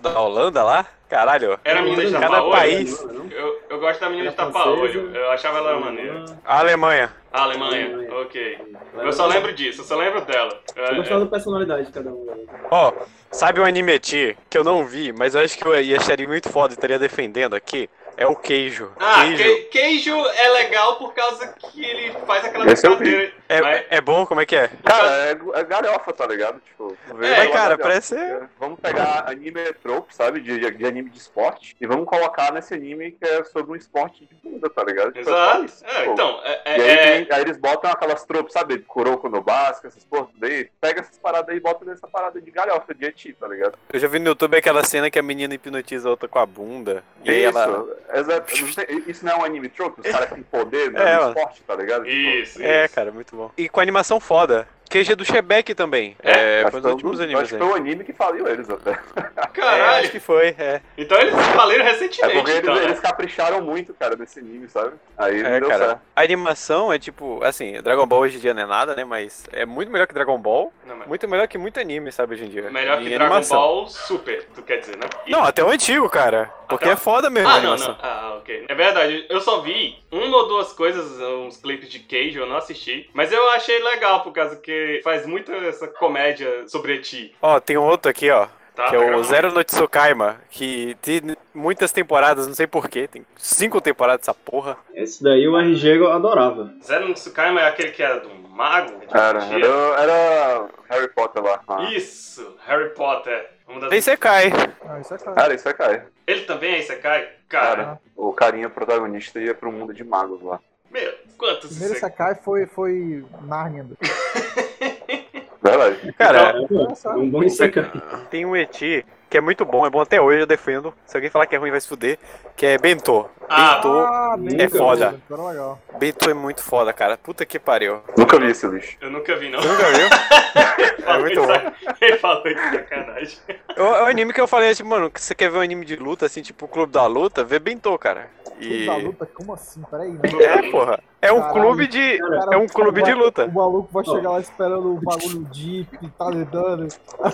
da Holanda lá? Caralho. Era a menina de Cada Tapaolho? país. Eu, eu gosto da menina de Era tapa-olho. francesa. Eu achava ela maneira. A Alemanha. Ah, Alemanha, Alemanha. ok. é Eu só lembro disso, eu só lembro dela. Eu É, gostava da personalidade de cada um. né? Ó, sabe um animeti que eu não vi, mas eu acho que eu ia acharia muito foda e estaria defendendo aqui? É o queijo. Ah, queijo. que- queijo é legal por causa que ele faz aquela Esse eu vi. brincadeira. É, Mas- é bom? Como é que é? Cara, é, é galhofa, tá ligado? Tipo, vê É, uma Mas, cara, galhofa. parece. Vamos pegar anime trope, sabe? De, de- de anime de esporte. E vamos colocar nesse anime que é sobre um esporte de bunda, tá ligado? Tipo, Exato. só isso, É, pô. então, é, E aí, é- é- tem- aí eles botam aquelas tropes, sabe? Kuroko no Basca, essas porras tudo aí. Pega essas paradas aí e bota nessa parada de galhofa, de eti, tá ligado? Eu já vi no YouTube aquela cena que a menina hipnotiza a outra com a bunda. E aí ela. Isso, exato. Não tem- isso não é um anime trope? Os caras têm poder né, É, no ó. esporte, tá ligado? Tipo, Isso, É, isso. cara, muito bom. E com animação foda. Queijo é do Shebeck também. É, foi um dos últimos animes Acho aí. que foi o anime que faliu eles até. É, acho um Caralho! que foi, é. Então eles faliram É recentemente, porque eles, então, né? eles capricharam muito, cara, nesse anime, sabe? Aí não É, deu cara. certo. A animação é tipo, assim, Dragon Ball hoje em dia não é nada, né? Mas é muito melhor que Dragon Ball. Não, mas- Muito melhor que muito anime, sabe, hoje em dia. Melhor Em que Dragon animação. Ball Super, tu quer dizer, né? E- Não, até o antigo, cara. Porque Até o- é foda mesmo a Ah, não, animação. não. Ah, ok. É verdade, eu só vi uma ou duas coisas, uns clipes de queijo, eu não assisti. Mas eu achei legal, por causa que faz muito essa comédia sobre ti, Ó, tem outro aqui, ó. tá? que é Tá o gravando? Zero no Tsukaima, que tem muitas temporadas, não sei porquê, tem cinco temporadas essa porra. Esse daí o RG adorava. Zero no Tsukaima é aquele que era do mago? É que Era, tinha- era, era Harry Potter lá. Ah. Isso, Harry Potter. Uma das- Tem Sekai. Ah, isso é claro. Cara, isso é Kai. Ele também é Isekai? Cara, Cara, o carinha protagonista ia pro mundo de magos lá. meu, quantos Primeiro Isekai? Sakai foi, foi Narnia. né? Verdade. Cara, Engraçado. Um bom Isekai. tem um Eti que é muito bom, é bom até hoje, eu defendo. Se alguém falar que é ruim, vai se fuder. Que é Bentô. Ah, Bentô. Ah, nunca bem, foda. beleza, Era legal. Bentô é muito foda, cara. Puta que pariu. Nunca vi esse lixo. eu nunca vi, não. Você nunca viu? (laughs) é muito bom. Ele falou de sacanagem. É o é o anime que eu falei, tipo, mano, que você quer ver um anime de luta, assim, tipo Clube da Luta, vê Bentô, cara. Clube E... da luta, como assim? Peraí. né? É, porra. É um Caralho. clube de. Cara, É um clube o de ma- luta. O maluco vai Ó. chegar lá esperando o bagulho Jeep, tá lidando.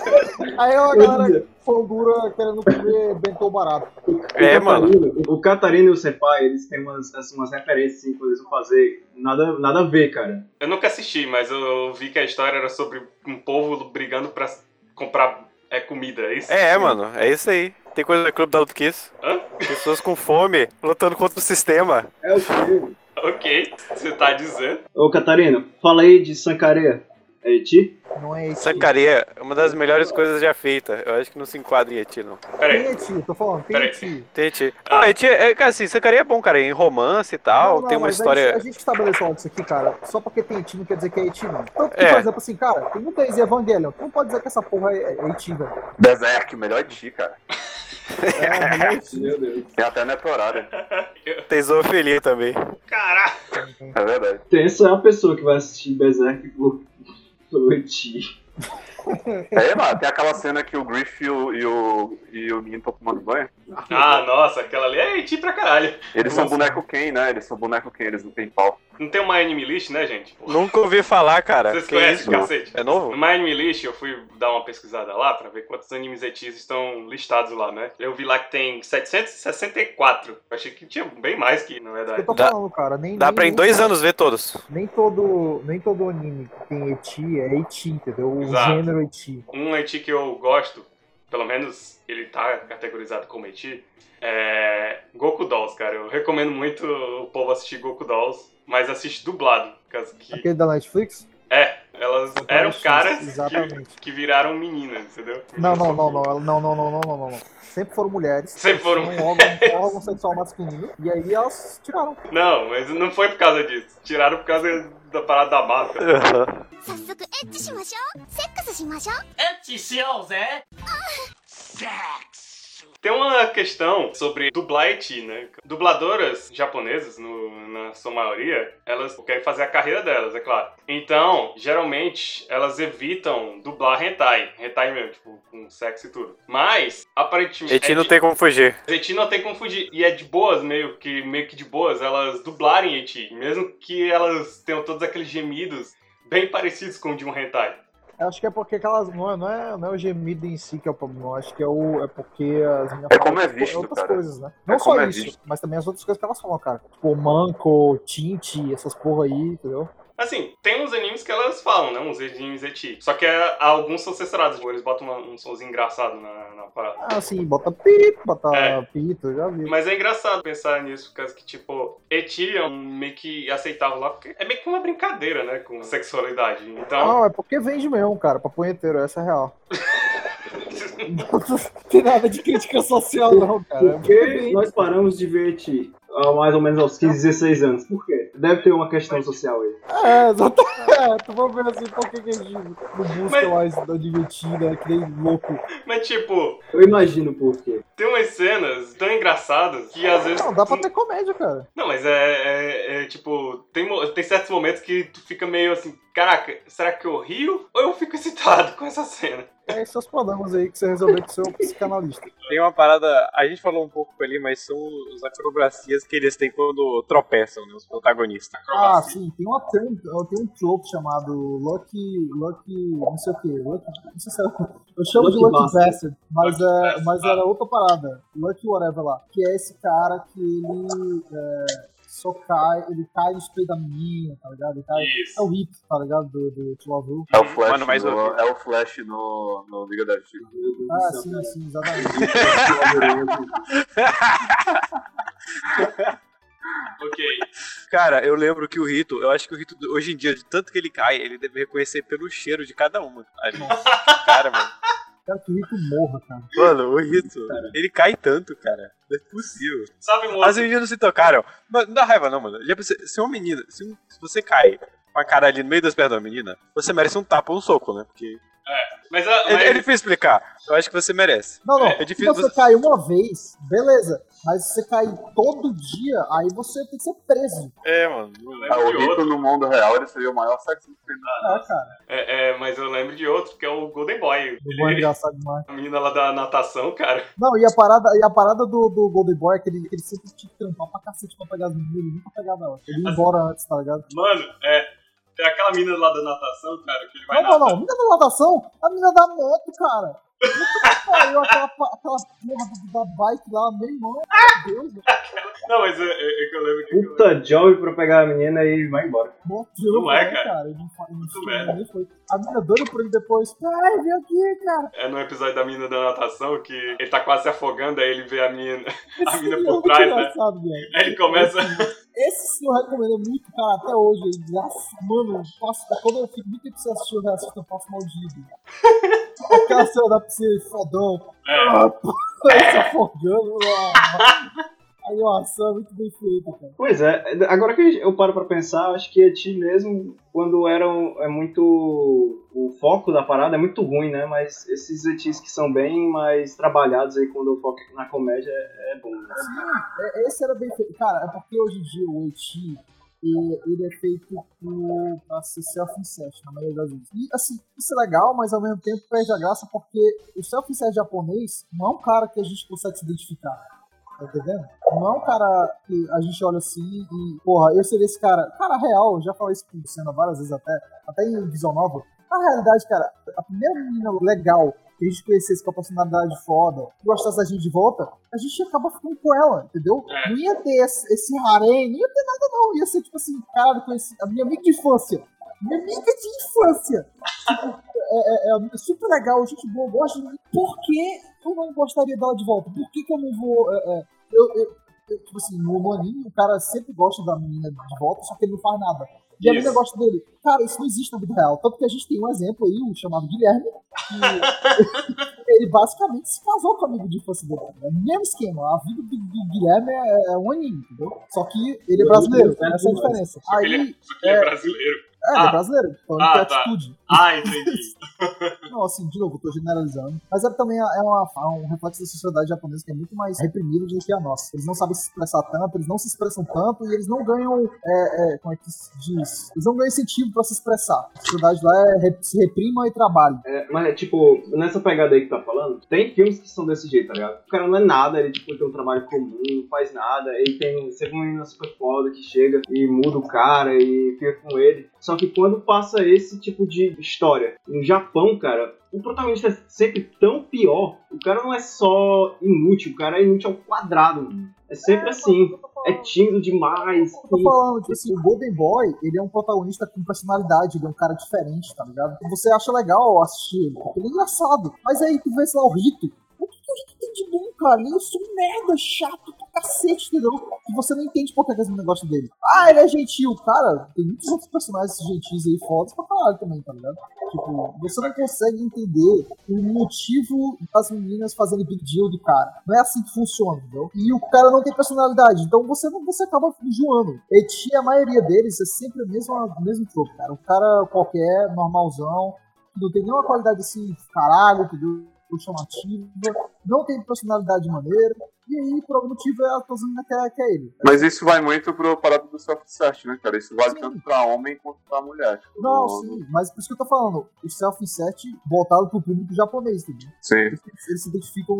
(laughs) Aí ó, a galera fã dura querendo comer bentô barato. É, mano. O Catarina e o Senpai, eles têm umas, assim, umas referências assim, que eles vão fazer. Nada, nada a ver, cara. Eu nunca assisti, mas eu vi que a história era sobre um povo brigando pra comprar é, comida, é isso? É, mano, é isso aí. Tem coisa do clube da luta que isso. Hã? Pessoas com fome lutando contra o sistema. É o que? Ok, você tá dizendo. Ô, Catarina, fala aí de Sancareia. É de ti? Não é eti. Sacaria é uma das melhores coisas já feitas. Eu acho que não se enquadra em Eti, não. Tem Peraí. eti, tô falando, tem Peraí. eti. Tem Eti. Ah, Eti é, cara, assim, Sacaria é bom, cara, em romance e tal. Não, não, tem Ah, uma mas a história. gente- A gente estabeleceu logo isso aqui, cara. Só porque tem eti não quer dizer que é eti, não. Tanto que, É. por exemplo, assim, cara, tem muita ex Evangelion. Tu não pode dizer que essa porra é é eti, velho. Berserk, melhor de, cara. É, não é eti. Meu Deus. Tem até na horário. (laughs) Tem zoofilia também. Caralho! É verdade. Tenso é a pessoa que vai assistir Berserk por, por ti. É, mano, tem aquela cena que o Griff e o, e o, e o Min estão tomando banho. Ah, nossa, aquela ali é Iti pra caralho. Eles são boneco quem, né? Eles são boneco quem, eles não têm pau. Não tem uma anime list, né, gente? Nunca ouvi falar, cara. Vocês é, que conhecem, isso? cacete? É novo? No My Anime List, eu fui dar uma pesquisada lá pra ver quantos animes etis estão listados lá, né? Eu vi lá que tem 764. Eu achei que tinha bem mais que, na Eu verdade. tô Dá- falando, cara. Nem, Dá nem, pra em dois anos ver todos. Nem todo, nem todo anime que tem eti é eti, entendeu? O Exato. gênero eti. Um eti que eu gosto, pelo menos ele tá categorizado como eti, é Goku Dolls, cara. Eu recomendo muito o povo assistir Goku Dolls, mas assiste dublado, por causa que... Aquele da Netflix? É, elas eram caras que, Exatamente. que viraram meninas, entendeu? Não, não, não, não, não, não, não, não, não, não, não. Sempre foram mulheres. Sempre foram Um órgão, um órgão sexual masculino. E aí elas tiraram. Não, mas não foi por causa disso. Tiraram por causa da parada da mata. 早速エッチしましょうセックスしましょう Tem uma questão sobre dublar Eti, né? Dubladoras japonesas, no- na sua maioria, elas querem fazer a carreira delas, é claro. Então, geralmente, elas evitam dublar hentai. Hentai mesmo, tipo, com sexo e tudo. Mas, aparentemente... Eti não é tem como fugir. de- Eti não tem como fugir. E é de boas, meio que, meio que de boas, elas dublarem Eti. Mesmo que elas tenham todos aqueles gemidos bem parecidos com o de um hentai. Eu Acho que é porque que elas. Não é, não, é, não é o gemido em si que é o problema, eu acho que é, o, é porque as meninas É falam como é outras co- visto, outras cara. coisas, né? Não só como é isso, visto. mas também as outras coisas que elas falam, cara. Tipo, manco, tinte, essas porra aí, entendeu? Assim, tem uns animes que elas falam, né? Uns animes eti. Só que é, alguns são censurados. Tipo, eles botam uma- um somzinho engraçado na, na parada. Ah, assim, bota pito, bota É. pito, já vi. Mas é engraçado pensar nisso, por causa que, tipo, eti é um meio que aceitável lá, porque é meio que uma brincadeira, né? Com sexualidade. Então, Não, é porque vende mesmo, cara, pra punheteiro, essa é a (laughs) real. Não tem nada de crítica social, não, cara. Por que nós paramos de ver Eti? ah, mais ou menos aos 15, 16 anos. Por quê? Deve ter uma questão social aí. É, exatamente. É, tu vai ver assim, por que que a gente não busca mais da divertida, que nem louco. Mas, tipo, Eu imagino por quê. tem umas cenas tão engraçadas que às vezes. Não, dá tu- pra ter comédia, cara. Não, mas é, é- é, tipo, tem, mo- tem certos momentos que tu fica meio assim, caraca, será que eu rio ou eu fico excitado com essa cena? É esses problemas aí que você resolveu com o seu psicanalista. Tem uma parada, a gente falou um pouco ali, mas são as acrobacias que eles têm quando tropeçam, né, os protagonistas. Ah, sim, tem uma tem, tem um trope chamado Lucky. Lucky. não sei o que. Lucky, não sei se era. Eu chamo de Lucky Lucky Bastard. Bastard, mas, Lucky é, Bastard. mas era outra parada. Lucky whatever lá. Que é esse cara que ele é, só cai, ele cai no espelho da menina, tá ligado? Ele cai. É Isso. o hip, tá ligado? Do, do Tio Avô. É o Flash, Mano, mais no, horrível. é o Flash no, no Liga da Justiça. Meu Deus do Ah, céu. sim, sim, exatamente. (laughs) Ok. Cara, eu lembro que o Rito, eu acho que o Rito, hoje em dia, de tanto que ele cai, ele deve reconhecer pelo cheiro de cada uma. Aí, (laughs) cara, mano. Quero É que o Rico morra, cara. Mano, o Rito, ele cai tanto, cara. Não é possível. Sabe, um As outro, meninas não se tocaram. Mas não dá raiva, não, mano. Já pensei, se uma menina, se, um- se você cai com a cara ali no meio das pernas da menina, você merece um tapa ou um soco, né? Porque. mas, a- É, mas- é difícil explicar. Eu acho que você merece. Não, não. É difícil Se você cair uma vez, beleza. Mas se você cair todo dia, aí você tem que ser preso. É, mano. eu Ah, lembro o de Rico outro. no mundo real ele seria o maior sexo Ah, cara. É, é, mas eu lembro de outro, que é o Golden Boy. Eu vou Ele- é engraçado demais. a menina lá da natação, cara. Não, e a parada, e a parada do, do Golden Boy é que ele, ele sempre tinha que trampar pra cacete pra pegar as meninas, ele nunca pegava ela. Ele ia Assim. embora antes, tá ligado? Mano, é. Tem aquela menina lá da natação, cara, que ele vai Não, não, nadar. não, menina da natação, a menina da moto, cara. Puta que pariu, aquela, pa- aquela porra do- da bike lá, meu irmão, meu Deus, meu Não, mas é, é- é que eu lembro que. Puta job pra pegar a menina e vai embora. irmão, tirou Não é, né, cara. Ele não, fa- ele não, Muito foi- nem foi. A menina doida por ele depois, ai, vem aqui, cara. É no episódio da menina da natação que ele tá quase se afogando, aí ele vê a menina. (laughs) A Esse menina filme é por muito trás, né? engraçado, velho. Aí ele começa. Esse sim eu recomendo muito, cara, até hoje. aí, Graças, mano, eu passo, quando eu fico muito tempo sem assistir, eu reassisto, eu passo maldito. Aquela cena da piscina fodão. (laughs) Ah, pô, se afogando lá. Aí, ó, a ação é muito bem feita, cara. Pois é, agora que eu paro pra pensar, acho que a ti mesmo, quando era um- é muito. O foco da parada é muito ruim, né? Mas esses etis que são bem mais trabalhados aí quando o foco é na comédia é, é bom. né? É, Esse era bem feito. Cara, é porque hoje em dia o Eti, ele, ele é feito por, pra ser self-insert, na maioria das vezes. E, assim, isso é legal, mas ao mesmo tempo perde a graça porque o self-insert japonês não é um cara que a gente consegue se identificar. Tá entendendo? Não é um cara que a gente olha assim e, porra, eu seria esse cara. Cara, real, eu já falei isso com o Senna várias vezes até, até em Visão Nova. Na realidade, cara, a primeira menina legal que a gente conhecesse com a personalidade foda, que gostasse da gente de volta, a gente acaba ficando com ela, entendeu? Não ia ter esse, esse harém, não ia ter nada não. Ia ser tipo assim, caralho, conheci a minha amiga de infância. Minha amiga de infância. Tipo, é, é- é uma amiga super legal, gente boa, eu gosto de mim. Por que eu não gostaria dela de volta? Por que, que eu não vou... é, é, eu, eu- eu, tipo assim, no no anime, o cara sempre gosta da menina de volta, só que ele não faz nada. E a Isso. menina gosta dele. Cara, isso não existe na vida real. Tanto que a gente tem um exemplo aí, o chamado Guilherme, que (laughs) ele basicamente se casou com o amigo de infância dele. É o mesmo esquema. A vida do, do Guilherme é, é um anime, entendeu? Só que ele é brasileiro. Essa é a diferença. Aí, ele é, Isso aqui é brasileiro. ele é Ah. brasileiro. Então ele Ah, tem tá. atitude. Ah, entendi. Não, assim, de novo, eu tô generalizando. Mas é também é uma, é um reflexo da sociedade japonesa que é muito mais reprimida do que a nossa. Eles não sabem se expressar tanto, eles não se expressam tanto e eles não ganham. é, é, como é que se diz? Eles não ganham incentivo pra se expressar. A sociedade lá é re- se reprima e trabalha. É, mas, tipo, nessa pegada aí que tá falando, tem filmes que são desse jeito, tá ligado? O cara não é nada, ele, tipo, tem um trabalho comum, não faz nada, ele tem sempre uma menina super foda que chega e muda o cara e fica com ele. Só que quando passa esse tipo de história no Japão, cara, o protagonista é sempre tão pior. O cara não é só inútil, o cara é inútil ao quadrado. mano. É sempre assim. É tímido demais. Eu tô falando, tipo assim, o Golden Boy, ele é um protagonista com personalidade, ele é um cara diferente, tá ligado? Você acha legal assistir ele, porque ele é engraçado. Mas aí tu vê, sei lá, o Rito. O que, que o Rito tem de bom, cara? Ele é só um merda chato pra cacete, entendeu? Que você não entende por que a Gazmin não gosta dele. Ah, ele é gentil. Cara, tem muitos outros personagens gentis aí fodas pra caralho também, tá ligado? Tipo, você não consegue entender o motivo das meninas fazendo big deal do cara. Não é assim que funciona, entendeu? E o cara não tem personalidade, então você não você acaba enjoando. Eti, a maioria deles é sempre o mesmo, o mesmo troco, cara. Um cara qualquer, normalzão, que não tem nenhuma qualidade assim, caralho, entendeu? Chamativa, não tem personalidade maneira, e aí, por algum motivo, ela tá usando que é, que é ele. Mas isso vai muito pro parada do self-search, né, cara? Isso vale Sim. tanto pra homem quanto pra mulher. Tipo, Não, sim, mas por isso que eu tô falando, o self-insert voltado pro público japonês, entendeu? Sim. Eles- eles se identificam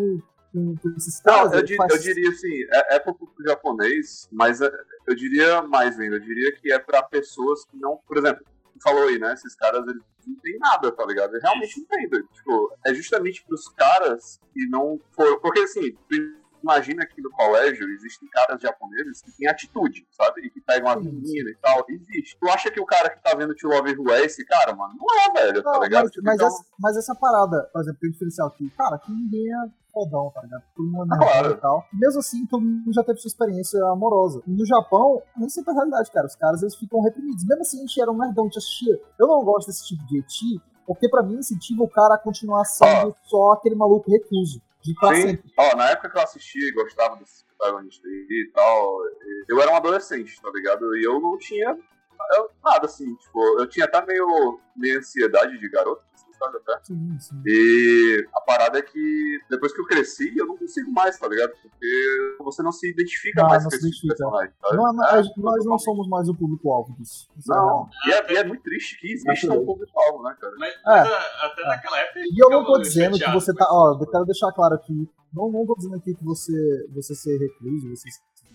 com, com esses Não, caras. eu, ele di- faz- eu diria assim, é, é pro público japonês, mas é- eu diria mais ainda, eu diria que é pra pessoas que não, por exemplo, tu falou aí, né, esses caras, eles não tem nada, tá ligado? Eles realmente não tem, doido. tipo, é justamente pros caras que não foram, porque assim, tu imagina que no colégio existem caras japoneses que têm atitude, sabe, e que pegam a Sim. menina e tal, existe. Tu acha que o cara que tá vendo Tio Love Who é esse cara, mano? Não é, velho, Não, tá ligado? mas, Tipo, mas então- essa, mas essa parada, por exemplo, tem um diferencial aqui. Cara, que ninguém é fodão, tá ligado? Todo mundo é Claro. nerdão e tal. E mesmo assim, todo mundo já teve sua experiência amorosa. No Japão, nem sempre é realidade, cara. Os caras, eles ficam reprimidos. Mesmo assim, a gente era um nerdão, te assistia. Eu não gosto desse tipo de eti, porque pra mim incentiva o cara a continuar sendo só aquele maluco recluso. De pra Ah. Sim. sempre. Ó, na época que eu assisti, gostava desses protagonistas aí e tal, e- eu era um adolescente, tá ligado? E eu não tinha eu- nada assim, tipo, eu tinha até meio, meio ansiedade de garoto, assim, sabe, até. Sim, sim. E a parada é que depois que eu cresci, eu não consigo mais, tá ligado? Porque você não se identifica Ah, mais não com se esse tipo de identifica. personagem, sabe? Não, não, É, a gente- nós não somos mais o público-alvo disso. Isso é real. Não, e é, e é muito triste que existe um público-alvo, né, cara? Mas, ah, mas É. até naquela época. E eu não tô dizendo que você tá. Ó, eu quero deixar claro aqui. Não, não tô dizendo aqui que você, você ser recluso, você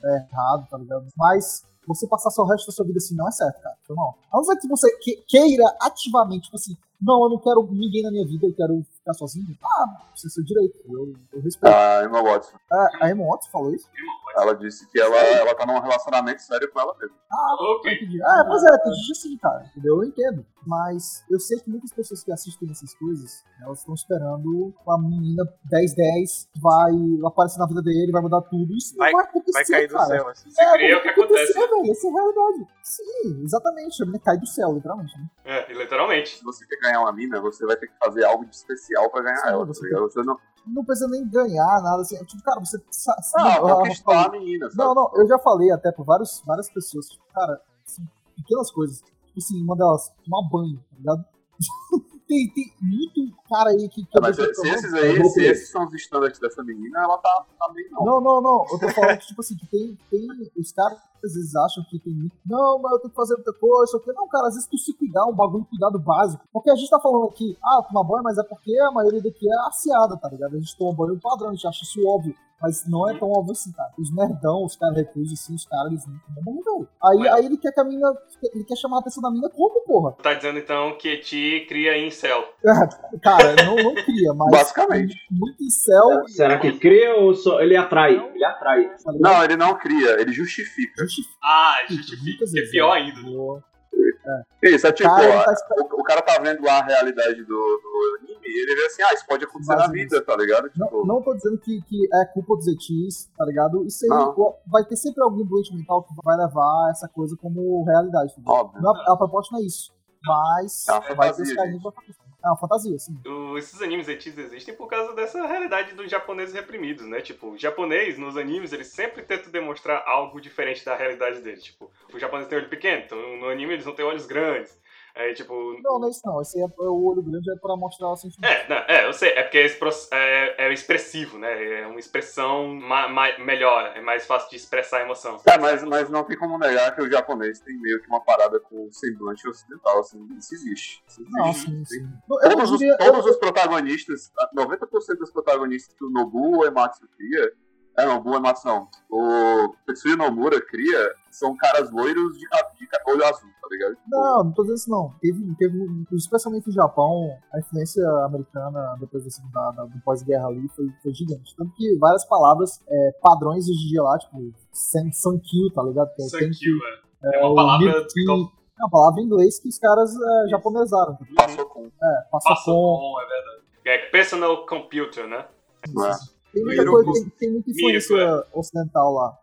é errado, tá ligado? Mas você passar só o resto da sua vida assim não é certo, cara. Então, não. A não ser que você que- queira ativamente, tipo assim, não, eu não quero ninguém na minha vida, eu quero ficar sozinho. Ah, isso é seu direito. Eu, eu respeito. A Emma Watson, Ah, a Emma Watson falou isso? ela disse que ela, ela tá num relacionamento sério com ela mesma. Ah, Ok. Entendi. Ah, pois é, tem gente assim, cara, entendeu? Eu entendo. Mas eu sei que muitas pessoas que assistem essas coisas, elas estão esperando uma menina 10-10 vai aparecer na vida dele, vai mudar tudo. Isso Vai- não vai acontecer, Vai cair do cara. céu, assim. Se É, crer, é o não que vai acontece. acontecer, velho. Essa é a realidade. Sim, exatamente. A menina cai do céu, literalmente. Né? É, literalmente. se você quer ganhar uma mina, você vai ter que fazer algo de especial pra ganhar Sim, ela, você tá ligado? Você não. Não precisa nem ganhar nada. Assim. Tipo, cara, você... sa- Ah, (laughs) ela- conquistar a menina, sabe? Não, não, eu já falei até pra vários, várias pessoas, tipo, cara, assim, pequenas coisas. Tipo assim, uma delas, tomar banho, tá ligado? (laughs) tem, tem muito cara aí que. que Ah, Mas eu vejo se, se tomando esses banho. aí, vou se comer. esses são os standards dessa menina, ela tá, tá bem não. Não, não, não. Eu tô falando que, tipo assim, que tem, tem. Os caras às vezes acham que tem muito. Não, mas eu tenho que fazer outra coisa, sei o quê. Não, cara, às vezes tu se cuidar, um bagulho de cuidado básico. Porque a gente tá falando aqui, ah, tomar banho, mas é porque a maioria daqui é aciada, tá ligado? A gente toma banho padrão, a gente acha isso óbvio. Mas não é tão óbvio assim, cara. Os nerdão, os caras reclusos, assim, os caras, eles não tomam banho, não. Aí, aí ele quer que a mina. Ele quer chamar a atenção da mina como, porra? Tá dizendo então que Eti cria incel. Cara, não, não cria, mas. Basicamente. Muito em céu, Será que cria ou só. Ele atrai? Ele atrai. tá ligado? Não, ele não cria, ele justifica. Justifica, Ah, muitas justifica. É vezes, pior né? ainda. Boa. Isso, é tipo, Cara, ele ó, tá esperando. o, o cara tá vendo lá a realidade do, do anime e ele vê assim, ah, isso pode acontecer Mais na ou menos. vida, tá ligado? é Não, Tipo, não tô dizendo que, que é culpa dos ETs, tá ligado? Isso aí Não. ó, vai ter sempre algum doente mental que vai levar essa coisa como realidade. entendeu? óbvio. né? Não, a proposta não é isso. Mas É uma vai ter fantasia, esse carinho pra É uma fantasia, sim. O- esses animes etis existem por causa dessa realidade dos japoneses reprimidos, né? Tipo, o japonês, nos animes, eles sempre tentam demonstrar algo diferente da realidade deles. Tipo, o japonês tem olho pequeno, então no anime eles não têm olhos grandes. Aí, tipo... Não, não é isso não. Esse é, é o olho grande é pra mostrar o sentimento. É, não, é, eu sei, é porque é, expro- é- é expressivo, né? É uma expressão ma- ma- melhor, é mais fácil de expressar a emoção. É, mas, mas não tem como negar que o japonês tem meio que uma parada com o semblante ocidental, assim, isso existe. Isso existe. Não, sim, sim. Não, Eu não É, Todos, os, diria... eu- todos os protagonistas, 90% dos protagonistas que o Nobu Ematsu cria, é Nobu Ematsu não, o Tetsuya Nomura cria, são caras loiros de, ca- de ca- olho azul, tá ligado? Tipo, Não, não tô dizendo isso não. Teve, teve, um- especialmente no Japão, a influência americana depois assim, da, da- do pós-guerra ali foi, foi gigante. Tanto que várias palavras é, padrões hoje em dia lá, tipo, san- sankyu, tá ligado? Que é Sankyu, é. É o uma palavra... milk tea. É uma palavra em inglês que os caras é, japonesaram. Passou com. É, Passa passapom. bom, é verdade. É personal computer, né? Não é? Tem muita Viram coisa, com- é. tem, tem muita influência ocidental lá.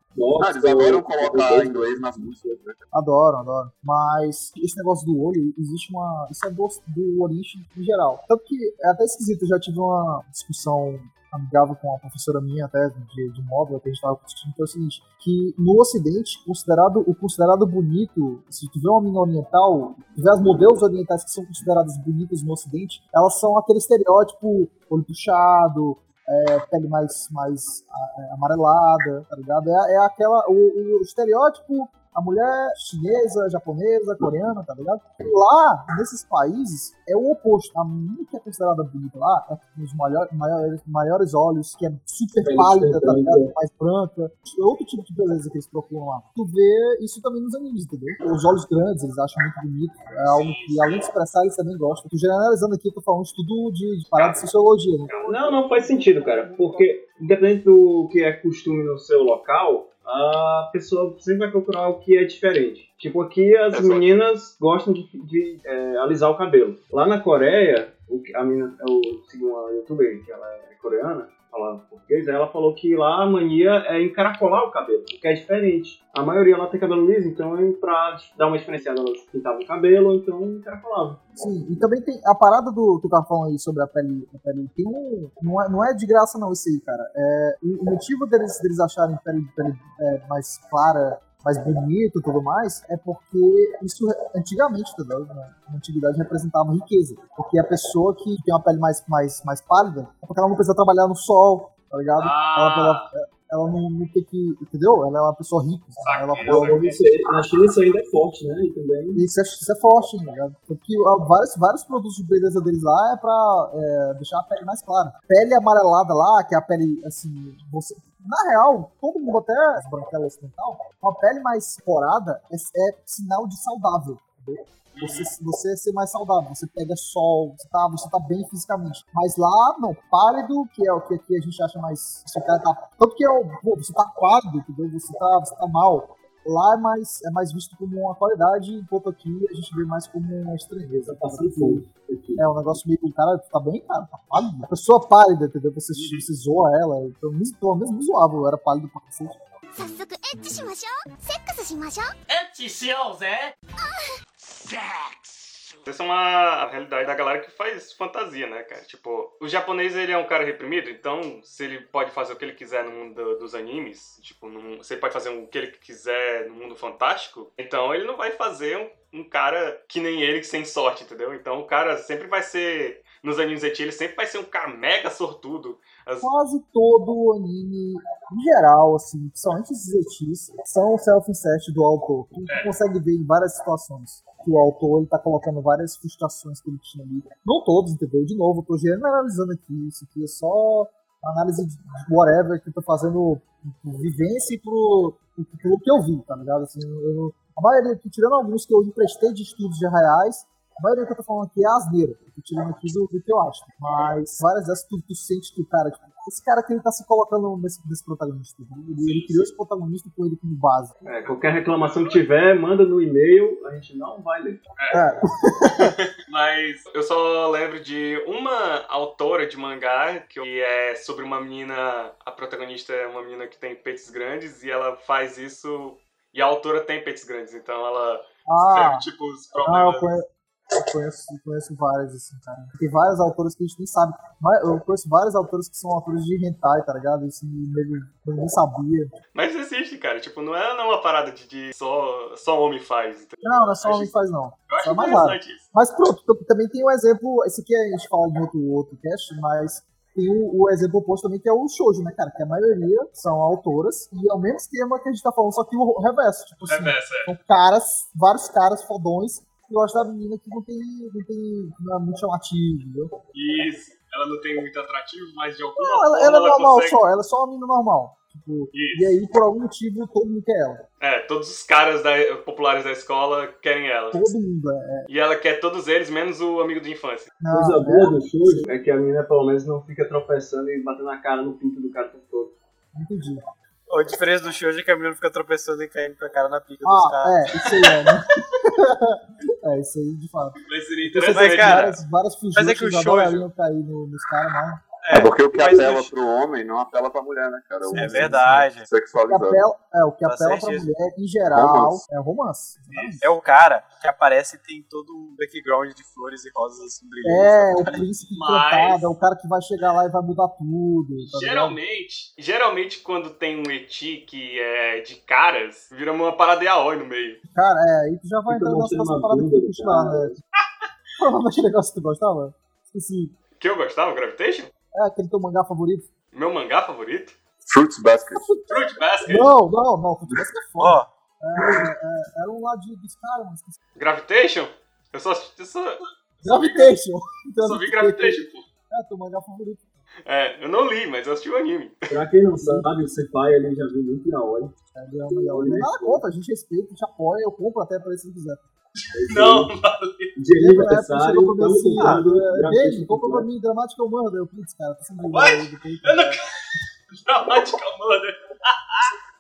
Ah, eles adoram colocar inglês nas músicas, né? Adoro, adoro. Mas esse negócio do olho, existe uma. Isso é do, do Oriente em geral. Tanto que é até esquisito, eu já tive uma discussão amigável com uma professora minha até de, de móvel que a gente estava discutindo, que é o seguinte, que no ocidente, considerado, o considerado bonito, se tiver uma mina oriental, tiver as modelos orientais que são consideradas bonitas no ocidente, elas são aquele estereótipo olho puxado, é, pele mais, mais a- é, amarelada, tá ligado? É, é aquela, o- o estereótipo a mulher chinesa, japonesa, coreana, tá ligado? Lá, nesses países, é o oposto. A menina que é considerada bonita lá é com os maior- maiores, maiores olhos, que é super Pele pálida, super tá branca. ligado? Mais branca. É outro tipo de beleza que eles procuram lá. Tu vê isso também nos animes, entendeu? Os olhos grandes, eles acham muito bonito. É algo que, além de expressar, eles também gostam. Tô generalizando aqui, tô falando de tudo de, de parada de sociologia, né? Não, não faz sentido, cara. Porque, independente do que é costume no seu local, a pessoa sempre vai procurar o que é diferente. Tipo, aqui as Exato. meninas gostam de, de, é, alisar o cabelo. Lá na Coreia, o que- a menina, eu sigo uma youtuber que ela é coreana, fala português, aí ela falou que lá a mania é encaracolar o cabelo, o que é diferente. A maioria lá tem cabelo liso, então é pra dar uma diferenciada, elas pintavam o cabelo, ou então encaracolavam. Sim, e também tem a parada do que eu tava falando aí sobre a pele, a pele tem um, não, é, não é de graça não isso aí, cara. É, o o motivo deles, deles acharem pele, pele é, mais clara, mais bonita e tudo mais, é porque isso re- antigamente, tá ligado? Na na antiguidade representava riqueza. Porque a pessoa que tem uma pele mais, mais, mais pálida, é porque ela não precisa trabalhar no sol, tá ligado? Ela, ela, ela não, não tem que, entendeu? Ela é uma pessoa rica, ela pode Na China isso ainda é forte, né? E também. isso é, isso é forte, hein, ligado? Porque ó, vários, vários produtos de beleza deles lá é pra é, deixar a pele mais clara. Pele amarelada lá, que é a pele, assim, você... Na real, todo mundo, até as branquelas ocidental, com a pele mais corada é, é sinal de saudável. entendeu? Você, você ser mais saudável, você pega sol, você tá, você tá bem fisicamente. Mas lá, não, pálido, que é o que aqui a gente acha mais. Se o cara tá. Tanto que é o. pô, você tá pálido, entendeu? Você tá, você tá mal lá é mais, é mais visto como uma qualidade, enquanto aqui a gente vê mais como uma estranheza. É um negócio meio que o cara tá bem, cara, tá pálido. A pessoa pálida, entendeu? Você, você zoa ela. Pelo menos, pelo menos me zoava, eu era pálido pra cacete. 早速エッチしましょうセックスしましょう Essa é uma realidade da galera que faz fantasia, né, cara? Tipo, o japonês ele é um cara reprimido, então se ele pode fazer o que ele quiser no mundo do- dos animes, tipo, num- se ele pode fazer o que ele quiser no mundo fantástico, então ele não vai fazer um, um cara que nem ele, que sem sorte, entendeu? Então o cara sempre vai ser, nos animes eti, ele sempre vai ser um cara mega sortudo. Quase todo anime, em geral, assim, principalmente esses etis, são self-insert do autor. Tu consegue ver em várias situações que o autor ele tá colocando várias frustrações que ele tinha ali. Não todos, entendeu? De novo, eu tô generalizando aqui. Isso aqui é só análise de whatever que eu tô fazendo por vivência e pro, pro- pelo que eu vi, tá ligado? Assim, eu não- a maioria, aqui, tirando alguns que eu emprestei de estudos de reais, a maioria que eu tô falando aqui é asneira. Eu tô tirando aqui do, do que eu acho. Mas várias dessas tu, tu sente que o cara, tipo, esse cara que ele tá se colocando nesse, nesse protagonista. entendeu? Ele, ele criou esse protagonista com ele como base. É, qualquer reclamação que tiver, manda no e-mail, a gente não vai ler. É, Mas eu só lembro de uma autora de mangá que é sobre uma menina. A protagonista é uma menina que tem peitos grandes e ela faz isso. E a autora tem peitos grandes, então ela ah, serve tipo os ah, problemas. eu conheço. Eu conheço, eu conheço várias, assim, cara. Tem várias autoras que a gente nem sabe. Mas Eu conheço várias autoras que são autores de hentai, tá ligado? Isso nego- eu nem sabia. Mas existe, cara. Tipo, não é não uma parada de, de só, só homem faz. entendeu? Não, não é só Acho- homem faz, não. Eu acho Só mais interessante isso. Mas pronto, t- também tem o exemplo, esse aqui a gente fala em outro, outro cast, mas tem o, o exemplo oposto também, que é o shoujo, né, cara? Que a maioria são autoras, e é o mesmo esquema que a gente tá falando, só que o reverso, tipo assim, É dessa. são caras, vários caras fodões, e eu acho da menina que não tem, não tem, não é muito chamativo, entendeu? Isso. Ela não tem muito atrativo, mas de alguma Não, ela, forma ela é normal consegue. só, ela é só uma menina normal. Tipo, Isso. e aí, por algum motivo, todo mundo quer ela. É, todos os caras da- populares da escola querem ela. Todo mundo, é. E ela quer todos eles, menos o amigo de infância. Não, Coisa é- boa do shoujo É que a menina pelo menos não fica tropeçando e batendo a cara no pinto do cara o tempo todo. entendi. A diferença do Shoujo é que a menina fica tropeçando e caindo com a cara na pica dos Ah, caras. é, isso aí é, né? (laughs) é, isso aí de fato. Mas seria Mas, interessante. cara, várias, várias mas é que o fugitivas shoujo- adorariam cair no, nos caras, né? mas É, porque o que mas apela eu- pro homem não apela pra mulher, né, cara? O É verdade. O que Sexualizado. apela, é, o que Tá apela pra certíssimo. mulher, em geral, Romance. é romance. É o cara que aparece e tem todo um background de flores e rosas assim brilhando. É, o príncipe Mas- encantado, é o cara que vai chegar lá e vai mudar tudo. né? tá ligado? Geralmente, geralmente quando tem um eti que é de caras, vira uma parada de aoi no meio. Cara, é, aí tu já vai Fica entrar nessa mostrando nessa uma parada que bunda, eu continuar, né? (laughs) Provavelmente negócio que tu gostava? Esqueci. Que eu gostava, Gravitation? É aquele teu mangá favorito? Meu mangá favorito? Fruits Basket. Fruit Basket. Não, não, não. Futebol é foda. Ó, Era um lá de, dos caras, mas esqueci. Gravitation? Eu só, eu só, eu Gravitation. (laughs) só vi Gravitation, pô. É, teu mangá favorito. É, eu não li, mas eu assisti o anime. Pra quem não sabe, o Senpai ele já viu muito na hora. É, de Yama Yaoi. Não é Nada contra, a gente respeita, a gente apoia, eu compro até pra ele se ele quiser. Não, Dia de Lembra na época que aniversário, chegou pra mim tamo assim, ah, comprando é, Gravitation beijo, compra pra Cultural. mim, dramática humana. Eu, putz, cara, tá sendo What? aí do peito. eu não Dramática, mano.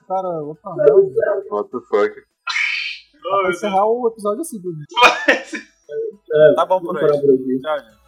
Cara, opa, não. What the fuck? Pra encerrar o episódio assim, Bruno. tá bom por Vamos parar tá hoje. por aqui. Tchau, gente.